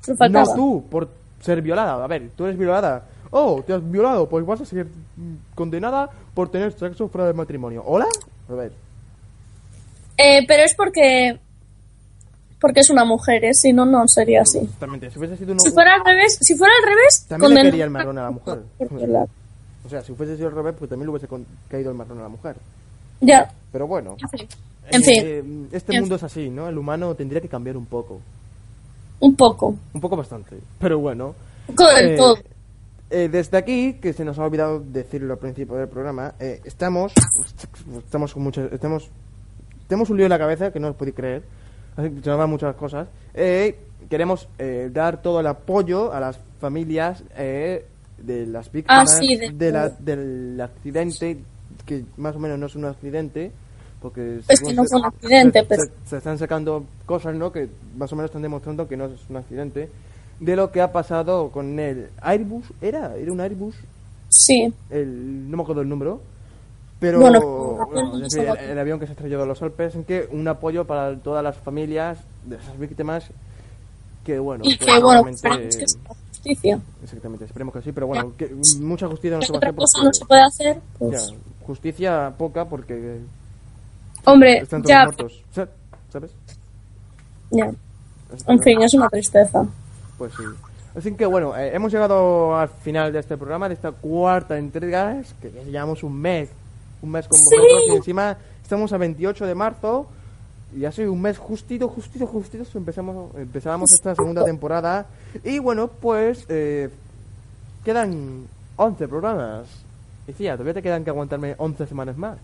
C: Solo faltaba.
B: No tú, por ser violada. A ver, tú eres violada. Oh, te has violado, pues vas a ser mm, condenada por tener sexo fuera del matrimonio. ¿Hola? A ver.
C: Eh, pero es porque porque es una mujer, ¿eh? si no, no sería así.
B: Exactamente, si hubiese sido uno-
C: Si fuera al revés, si fuera al revés,
B: También le
C: conden-
B: caería el marrón a la mujer.
C: violar.
B: O sea, si fuese sido al revés, pues también le hubiese con- caído el marrón a la mujer.
C: Ya,
B: Pero bueno.
C: En
B: Eh,
C: fin.
B: Este
C: En
B: mundo es así, ¿no? El humano tendría que cambiar un poco.
C: un poco.
B: Un poco bastante. Pero bueno.
C: poco del
B: Eh,
C: todo.
B: eh, desde aquí, que se nos ha olvidado decirlo al principio del programa, eh, estamos. Estamos con muchas. Estamos. Tenemos un lío en la cabeza que no os podéis creer. Así que Se nos van muchas cosas. Eh, queremos eh, dar todo el apoyo a las familias eh, de las víctimas
C: Ah, sí, de-
B: de la- del accidente, que más o menos no es un accidente, porque
C: Es
B: según
C: que no
B: se-
C: fue un accidente, pues.
B: se-
C: pero-
B: se- se están sacando cosas, ¿no? Que más o menos están demostrando que no es un accidente. De lo que ha pasado con el Airbus, ¿era? ¿Era un Airbus?
C: Sí.
B: El, no me acuerdo el número. Pero
C: Bueno,
B: bueno, en fin, el, el avión que se estrelló en los Alpes, en que un apoyo para todas las familias de esas víctimas. Que bueno,
C: Y
B: pues,
C: que bueno,
B: obviamente-
C: esperemos que sea justicia.
B: exactamente, esperemos que sí, pero bueno, que mucha justicia no se va a
C: Otra
B: hacer.
C: cosa
B: porque-
C: no se puede hacer. pues,
B: ya, justicia poca porque
C: Hombre,
B: están todos
C: Eh, ya,
B: muertos. O sea, ¿Sabes?
C: ya. En fin, es una tristeza.
B: Pues sí. Así que bueno, eh, hemos llegado al final de este programa, de esta cuarta entrega, es que ya llevamos un mes, un mes con vosotros y encima estamos a 28 de marzo y ha sido un mes justito, justito, justito, empezamos, empezábamos esta segunda temporada y bueno, pues eh, quedan 11 programas. Y tía, todavía te quedan que aguantarme 11 semanas más.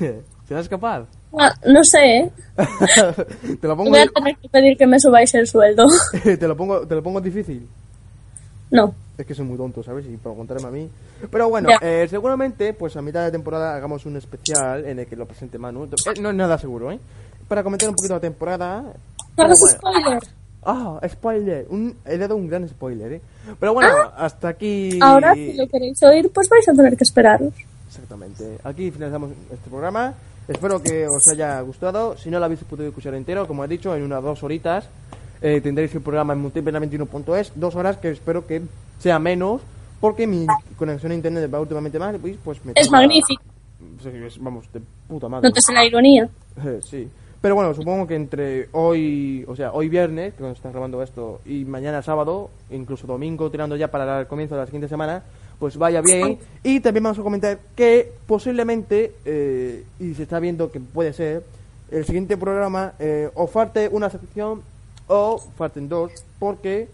B: ¿Serás capaz?
C: Ah, no sé, ¿eh?
B: te lo pongo
C: voy a tener que pedir que me subáis el sueldo.
B: te lo pongo te lo pongo difícil.
C: No.
B: Es que soy muy tonto, ¿sabes? Y para contarme a mí. Pero bueno,
C: Ya.
B: eh, seguramente, pues a mitad de temporada hagamos un especial en el que lo presente Manu. Eh, no es nada seguro, ¿eh? Para comentar un poquito la temporada.
C: No
B: Pero
C: hagas
B: bueno.
C: spoiler.
B: Ah, spoiler. Un, he dado un gran spoiler, ¿eh? Pero bueno, hasta aquí.
C: Ah. Ahora, si lo queréis oír, pues vais a tener que esperaros.
B: Exactamente. Aquí finalizamos este programa. Espero que os haya gustado. Si no lo habéis podido escuchar entero, como he dicho, en unas dos horitas eh, tendréis el programa en multiplena21.es. Dos horas que espero que sea menos, porque mi conexión a internet va últimamente mal. Pues, pues me
C: Es
B: tarda-
C: magnífico.
B: Sí, es- vamos, de puta madre.
C: No te sé la ironía.
B: Eh, sí. Pero bueno, supongo que entre hoy, o sea, hoy viernes, que cuando estás grabando esto, y mañana sábado, incluso domingo, tirando ya para el comienzo de la siguiente semana, pues vaya bien. Y también vamos a comentar que posiblemente, eh, y se está viendo que puede ser, el siguiente programa eh, o falte una sección o falten dos, porque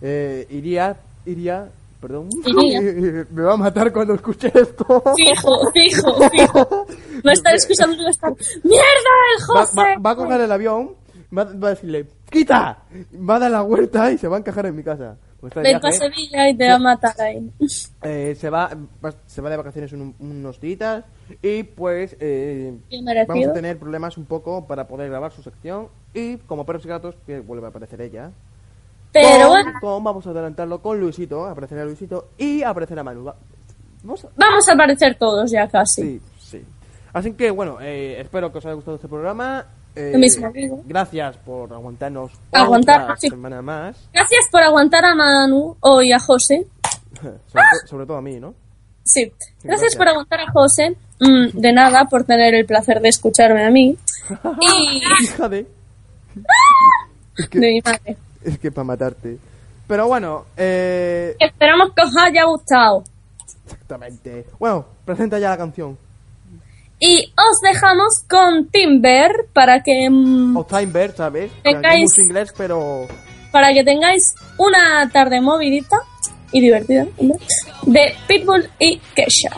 B: eh, iría, iría, perdón,
C: Iría.
B: me va a matar cuando escuche esto.
C: Fijo, fijo, fijo. Va a estar escuchando y va a estar. ¡Mierda, el
B: Va,
C: José!
B: va- va a coger el avión, va, va a decirle, ¡quita! Va a dar la vuelta y se va a encajar en mi casa. Pues está de
C: Ven para
B: viaje,
C: Sevilla y te va a matar ahí.
B: eh, se, va, va- se va de vacaciones un- unos días y pues eh,
C: Bien merecido.
B: vamos a tener problemas un poco para poder grabar su sección y como perros y gatos, que vuelve a aparecer ella.
C: Pero
B: con-
C: bueno.
B: con- vamos a adelantarlo con Luisito, aparecerá Luisito y aparecerá Manu. va- Vamos a-
C: Vamos a aparecer todos ya casi.
B: Sí, sí. Así que bueno, eh, espero que os haya gustado este programa. Eh,
C: Lo mismo digo.
B: Gracias por aguantarnos
C: Aguantar,
B: otra
C: sí.
B: semana más.
C: Gracias por aguantar a Manu hoy a José.
B: eh, Sobre, to- sobre todo a mí, ¿no?
C: Sí.
B: Gracias.
C: Gracias por aguantar a José. Mm, de nada, por tener el placer de escucharme a mí. Y.
B: Hija de...
C: de mi madre.
B: Es que para matarte. Pero bueno, eh,
C: Esperamos que os haya gustado.
B: exactamente. Bueno, presenta ya la canción.
C: Y os dejamos con Timber para que mm,
B: O Time Bear, ¿sabes? Que
C: Venga,
B: aquí hay
C: es-
B: mucho inglés, pero...
C: para que tengáis una tarde movidita y divertida ¿no? de Pitbull y Kesha.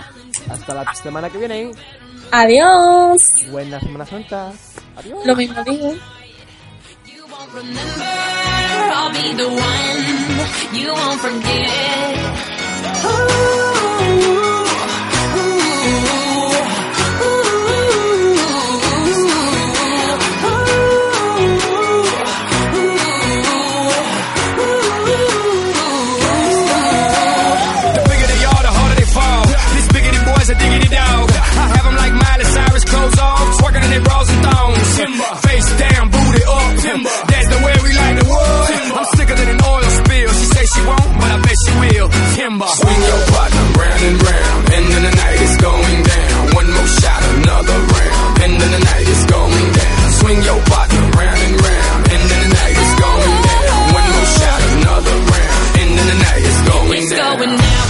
B: Hasta la semana que viene.
C: Adiós.
B: Buena Semana Santa. Adiós.
C: Lo mismo digo.
A: I'll be the one you won't forget. Ooh, ooh,
P: The bigger they are, the harder they fall. This bigoted boy's a diggity dog. I have 'em like Miley Cyrus, clothes off, twerking in their bras and thongs. Face down, booty up. That's the way we like the wood. I'm sicker than an oil spill. She say she won't, but I bet she will. Timber. Swing your partner round and round. End of the night is going down. One more shot, another round. End of the night is going down. Swing your partner round and round. End of the night is going down. One more shot, another round. End of the night is going
A: It's
P: down.
A: going down.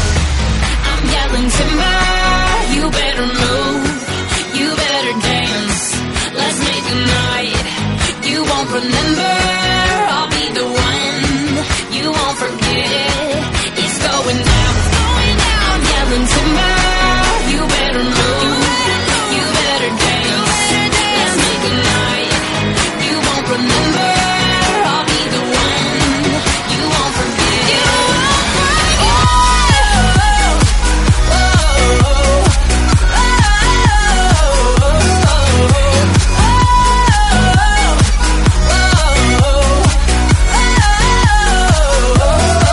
A: I'm yelling timber. You better move. You better dance. Let's make a night. You won't remember. I'll be the one. You won't forget. It's going down. It's going down. I'm yelling timber. You better move. You better dance. Let's make a night. You won't remember. I'll be the one. You won't forget. You won't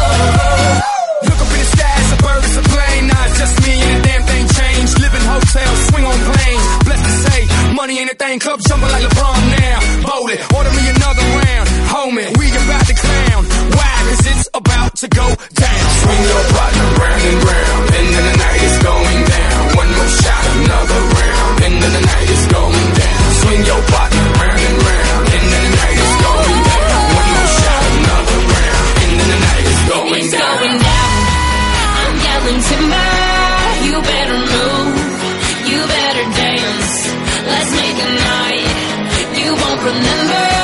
P: Look up in the sky, it's a bird, it's a plane. Nah, it's just me and the damn thing changed. Live in hotels, swing on planes. Blessed to say, money ain't a thing. Club jumping like LeBron now. Bowl it, order me another round. Homie, we about to clown. Why? Cause it's about to go down. Swing your partner round and round. End of the night is going down. One more shot, another round. End of the night is going down. Swing your partner round and round. End of the night is going down. One more shot, another round. End of the night is going
A: It's
P: down.
A: going down. I'm yelling timber. You better move. You better dance. Let's make a night. You won't remember.